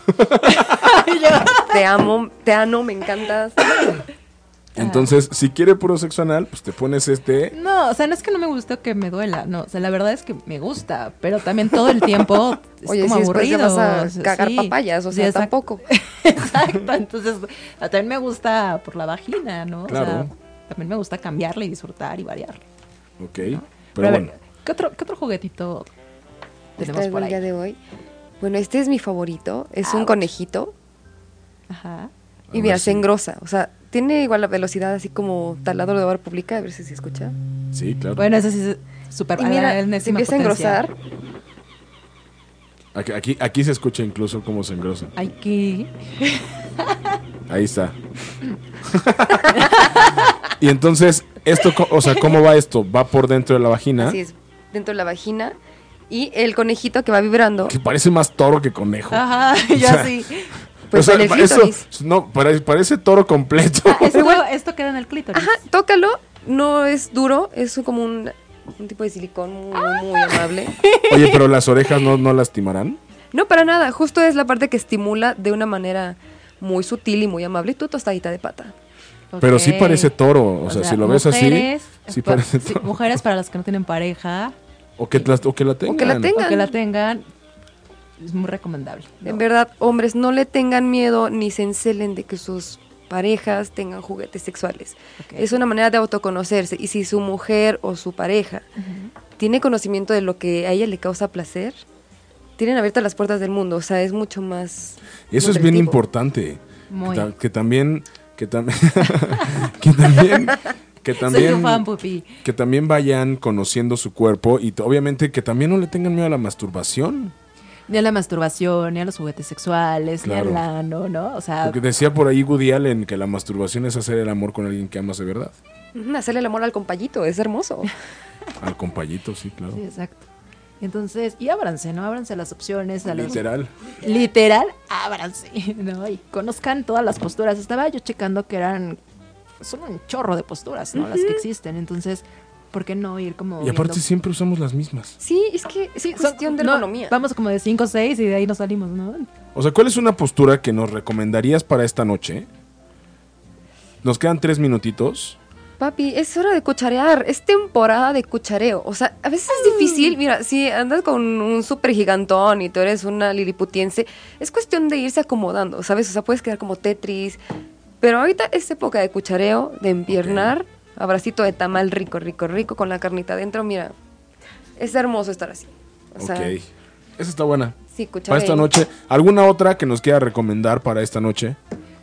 Speaker 4: te amo, te ano, me encantas.
Speaker 3: Entonces, si quiere puro sexo anal, pues te pones este.
Speaker 2: No, o sea, no es que no me guste o que me duela, no, o sea, la verdad es que me gusta, pero también todo el tiempo es
Speaker 4: Oye,
Speaker 2: como
Speaker 4: sí, después ya
Speaker 2: aburrido.
Speaker 4: vas a
Speaker 2: o sea,
Speaker 4: cagar
Speaker 2: sí.
Speaker 4: papayas, o
Speaker 2: Sí,
Speaker 4: sea,
Speaker 2: exacto.
Speaker 4: tampoco.
Speaker 2: Exacto, entonces también me gusta por la vagina, ¿no? O
Speaker 3: Claro.
Speaker 2: sea, también me gusta cambiarle y disfrutar y variarle.
Speaker 3: Ok.
Speaker 2: a
Speaker 3: Pero
Speaker 2: ver,
Speaker 3: bueno.
Speaker 2: ¿qué otro, qué otro juguetito tenemos
Speaker 4: Traigo
Speaker 2: por
Speaker 4: el
Speaker 2: ahí? Ah,
Speaker 4: día de hoy. Bueno, este es mi favorito. Es un
Speaker 2: Ouch.
Speaker 4: conejito.
Speaker 2: Ajá.
Speaker 4: Y
Speaker 3: A
Speaker 4: mira,
Speaker 3: ver si-
Speaker 4: se engrosa. O sea, tiene igual la velocidad así como taladro de obra pública. A ver si se escucha.
Speaker 3: Sí, claro.
Speaker 2: Bueno, eso sí es súper
Speaker 4: Y mira, se empieza a engrosar.
Speaker 3: Aquí, aquí, aquí se escucha incluso cómo se engrosa.
Speaker 2: Aquí.
Speaker 3: Ahí está. Y entonces, esto, co- o sea, ¿cómo va esto? Va por dentro de la vagina.
Speaker 4: Así es, dentro de la vagina. Y el conejito que va vibrando,
Speaker 3: Que parece más toro que conejo.
Speaker 2: Ajá,
Speaker 3: O
Speaker 2: yo
Speaker 3: sea,
Speaker 2: sí.
Speaker 4: pues
Speaker 3: o sea,
Speaker 4: en el
Speaker 3: eso-
Speaker 4: clítoris.
Speaker 3: no, pare- parece toro completo.
Speaker 2: Ah, esto,
Speaker 4: bueno.
Speaker 2: esto queda en el clítoris.
Speaker 4: Ajá, tócalo, no es duro, es como un, un tipo de silicón muy, muy, muy amable.
Speaker 3: Oye, pero las orejas no, no lastimarán.
Speaker 4: No, para nada, justo es la parte que estimula de una manera muy sutil y muy amable tu tostadita de pata.
Speaker 3: Pero
Speaker 2: Ok.
Speaker 3: sí parece toro. O, sea, si lo ves así,
Speaker 2: mujeres,
Speaker 3: sí
Speaker 2: pa-
Speaker 3: parece
Speaker 2: sí,
Speaker 3: toro.
Speaker 2: mujeres para las que no tienen pareja
Speaker 3: O que, las- o que la tengan.
Speaker 4: que la tengan.
Speaker 2: o que la tengan, es muy recomendable. ¿no?
Speaker 4: En verdad, hombres, no le tengan miedo ni se encelen de que sus parejas tengan juguetes sexuales.
Speaker 2: Ok.
Speaker 4: Es una manera de autoconocerse. Y si su mujer o su pareja tiene conocimiento de lo que a ella le causa placer, tienen abiertas las puertas del mundo. O sea, es mucho más.
Speaker 3: Eso es bien
Speaker 4: nutritivo.
Speaker 3: importante.
Speaker 2: Muy.
Speaker 3: Que, ta- que también. Que, tam- que también. Que
Speaker 2: Soy
Speaker 3: también.
Speaker 2: tu fan, pupi.
Speaker 3: Que también vayan conociendo su cuerpo y t- obviamente que también no le tengan miedo a la masturbación.
Speaker 2: Ni a la masturbación, ni a los juguetes sexuales,
Speaker 3: Claro.
Speaker 2: ni al ano, ¿no? O sea,
Speaker 3: Porque decía por ahí Woody Allen que la masturbación es hacer el amor con alguien que amas de verdad.
Speaker 4: Ujú, Hacerle el amor al compayito, es hermoso.
Speaker 3: Al compayito, sí, claro.
Speaker 2: sí, exacto. Entonces, y ábranse, ¿no? Ábranse a las opciones, a los-
Speaker 3: Literal.
Speaker 2: literal, ábranse, ¿no? Y conozcan todas las posturas. Estaba yo checando que eran, son un chorro de posturas, ¿no? Las que existen. Entonces, ¿por qué no ir como...
Speaker 3: Y aparte
Speaker 2: viendo-
Speaker 3: siempre usamos las mismas.
Speaker 4: Sí, es que es
Speaker 2: Sí, son-
Speaker 4: cuestión de
Speaker 2: no,
Speaker 4: ergonomía.
Speaker 2: vamos como de 5 o 6 y de ahí nos salimos, ¿no?
Speaker 3: O sea, ¿cuál es una postura que nos recomendarías para esta noche? Nos quedan tres minutitos.
Speaker 4: Papi, es hora de cucharear, es temporada de cuchareo. O sea, a veces es difícil, mira, si andas con un super gigantón y tú eres una liliputiense, es cuestión de irse acomodando, ¿sabes? O sea, puedes quedar como Tetris. Pero ahorita es época de cuchareo, de empiernar, abracito de tamal rico, rico, rico, con la carnita adentro, mira. Es hermoso estar así. O sea,
Speaker 3: ok. Esa está buena.
Speaker 4: sí, cuchareo.
Speaker 3: Para esta noche. ¿Alguna otra que nos quiera recomendar para esta noche?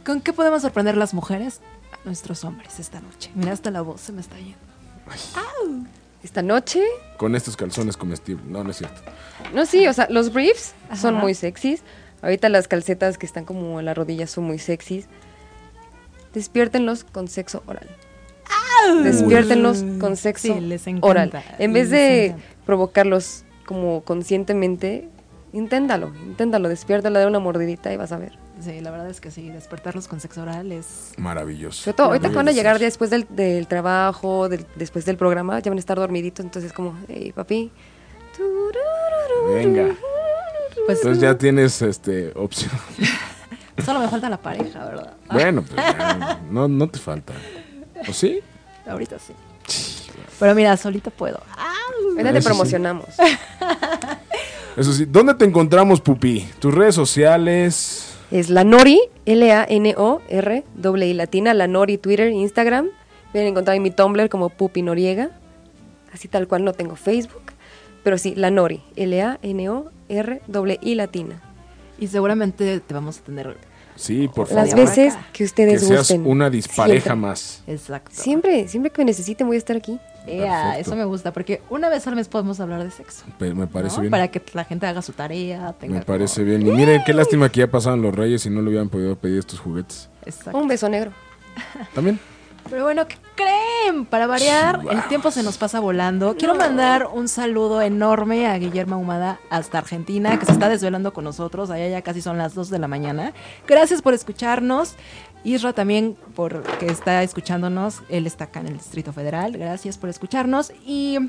Speaker 2: ¿Con qué podemos sorprender las mujeres? A nuestros hombres esta noche. Mira, hasta la voz se me está yendo.
Speaker 4: Esta noche,
Speaker 3: Con estos calzones comestibles. No, no es cierto.
Speaker 4: no, sí, o sea, los briefs son
Speaker 2: Ajá.
Speaker 4: muy sexys. Ahorita las calcetas que están como en la rodilla son muy sexys. Despiértenlos con sexo oral. Despiértenlos con sexo
Speaker 2: Sí, les encanta,
Speaker 4: oral. En vez
Speaker 2: les
Speaker 4: de
Speaker 2: encanta.
Speaker 4: provocarlos como conscientemente, inténtalo, inténtalo, despiértalo, dale una mordidita y vas a ver.
Speaker 2: Sí, la verdad es que sí, despertarlos con sexo oral es...
Speaker 3: Maravilloso.
Speaker 4: Sobre todo, ahorita que van a
Speaker 3: Maravilloso.
Speaker 4: llegar después del, del trabajo, del- después del programa, ya van a estar dormiditos, entonces como, hey, papi.
Speaker 3: Venga.
Speaker 2: Pues
Speaker 3: Entonces ya tienes este opción.
Speaker 2: solo me falta la pareja, ¿verdad?
Speaker 3: Bueno, pues ya, no, no te falta. ¿O sí?
Speaker 2: Ahorita sí. Pero mira, solito puedo.
Speaker 4: Ahorita
Speaker 3: Eso
Speaker 4: te
Speaker 3: sí.
Speaker 4: promocionamos.
Speaker 3: Eso sí. ¿Dónde te encontramos, Pupi? Tus redes sociales.
Speaker 4: Es la Nori, L-A-N-O-R, doble I latina, la Nori, Twitter, Instagram. Pueden encontrar en mi Tumblr como Pupi Noriega. Así tal cual no tengo Facebook. Pero sí, la Nori, L-A-N-O-R, doble I latina.
Speaker 2: Y seguramente te vamos a tener...
Speaker 3: Sí, por favor.
Speaker 4: Las
Speaker 2: favor.
Speaker 4: veces que
Speaker 3: que
Speaker 4: ustedes
Speaker 3: seas
Speaker 4: gusten.
Speaker 3: una dispareja
Speaker 4: Siempre.
Speaker 3: más.
Speaker 2: Exacto.
Speaker 4: Siempre, siempre que me necesiten voy a estar aquí.
Speaker 2: Ea,
Speaker 3: Perfecto.
Speaker 2: eso me gusta, porque una vez al mes podemos hablar de sexo.
Speaker 3: Pe- Me parece
Speaker 2: ¿no?
Speaker 3: bien.
Speaker 2: Para que la gente haga su tarea, tenga...
Speaker 3: Me
Speaker 2: como-
Speaker 3: parece bien. Y miren, qué lástima que ya pasaron los reyes y no le hubieran podido pedir estos juguetes.
Speaker 2: Exacto.
Speaker 4: Un beso negro.
Speaker 3: También.
Speaker 2: Pero bueno, ¿qué creen? Para variar, el tiempo se nos pasa volando. Quiero mandar un saludo enorme a Guillermo Humada hasta Argentina, que se está desvelando con nosotros. Allá ya casi son las 2 de la mañana. Gracias por escucharnos. Isra también porque está escuchándonos. Él está acá en el Distrito Federal. Gracias por escucharnos. Y,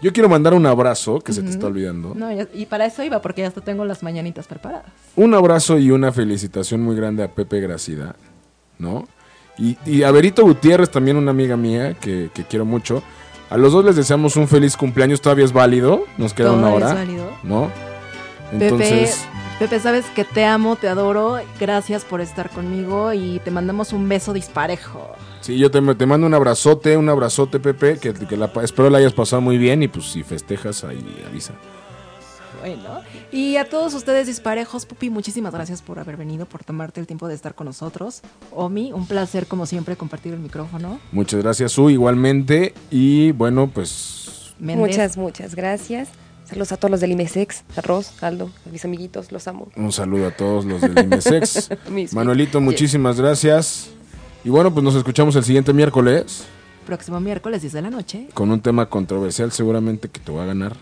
Speaker 3: Yo quiero mandar un abrazo, que se te está olvidando.
Speaker 2: no, ya- y para eso iba, porque ya hasta tengo las mañanitas preparadas.
Speaker 3: Un abrazo y una felicitación muy grande a Pepe Gracida, ¿no? Y, y a Berito Gutiérrez, también una amiga mía que, que quiero mucho. A los dos les deseamos un feliz cumpleaños, todavía es válido, nos queda una
Speaker 2: Todavía
Speaker 3: hora,
Speaker 2: es válido.
Speaker 3: ¿no? Entonces,
Speaker 2: Pepe, Pepe, sabes que te amo, te adoro. Gracias por estar conmigo y te mandamos un beso disparejo.
Speaker 3: sí, yo te, te mando un abrazote, un abrazote, Pepe, que, que la, pa- espero la hayas pasado muy bien y pues si festejas ahí avisa.
Speaker 2: Bueno, y a todos ustedes disparejos, Pupi, muchísimas gracias por haber venido, por tomarte el tiempo de estar con nosotros. Omi, un placer como siempre compartir el micrófono.
Speaker 3: Muchas gracias, Su, igualmente. Y bueno, pues
Speaker 2: Méndez,
Speaker 4: Muchas, muchas gracias. Saludos a todos los del IMSEX, a Ros, Aldo, a mis amiguitos, los amo.
Speaker 3: un saludo a todos los del IMSEX.
Speaker 4: Mis-
Speaker 3: Manuelito, muchísimas gracias. Y bueno, pues nos escuchamos el siguiente miércoles
Speaker 2: Próximo miércoles 10 de la noche.
Speaker 3: con un tema controversial seguramente que te va a ganar.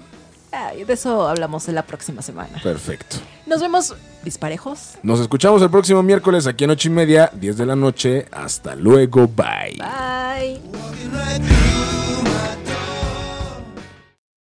Speaker 2: Ay, de eso hablamos en la próxima semana.
Speaker 3: Perfecto.
Speaker 2: Nos vemos disparejos.
Speaker 3: Nos escuchamos el próximo miércoles aquí en ocho y media, 10 de la noche. Hasta luego, bye.
Speaker 2: Bye.
Speaker 5: We'll be right back.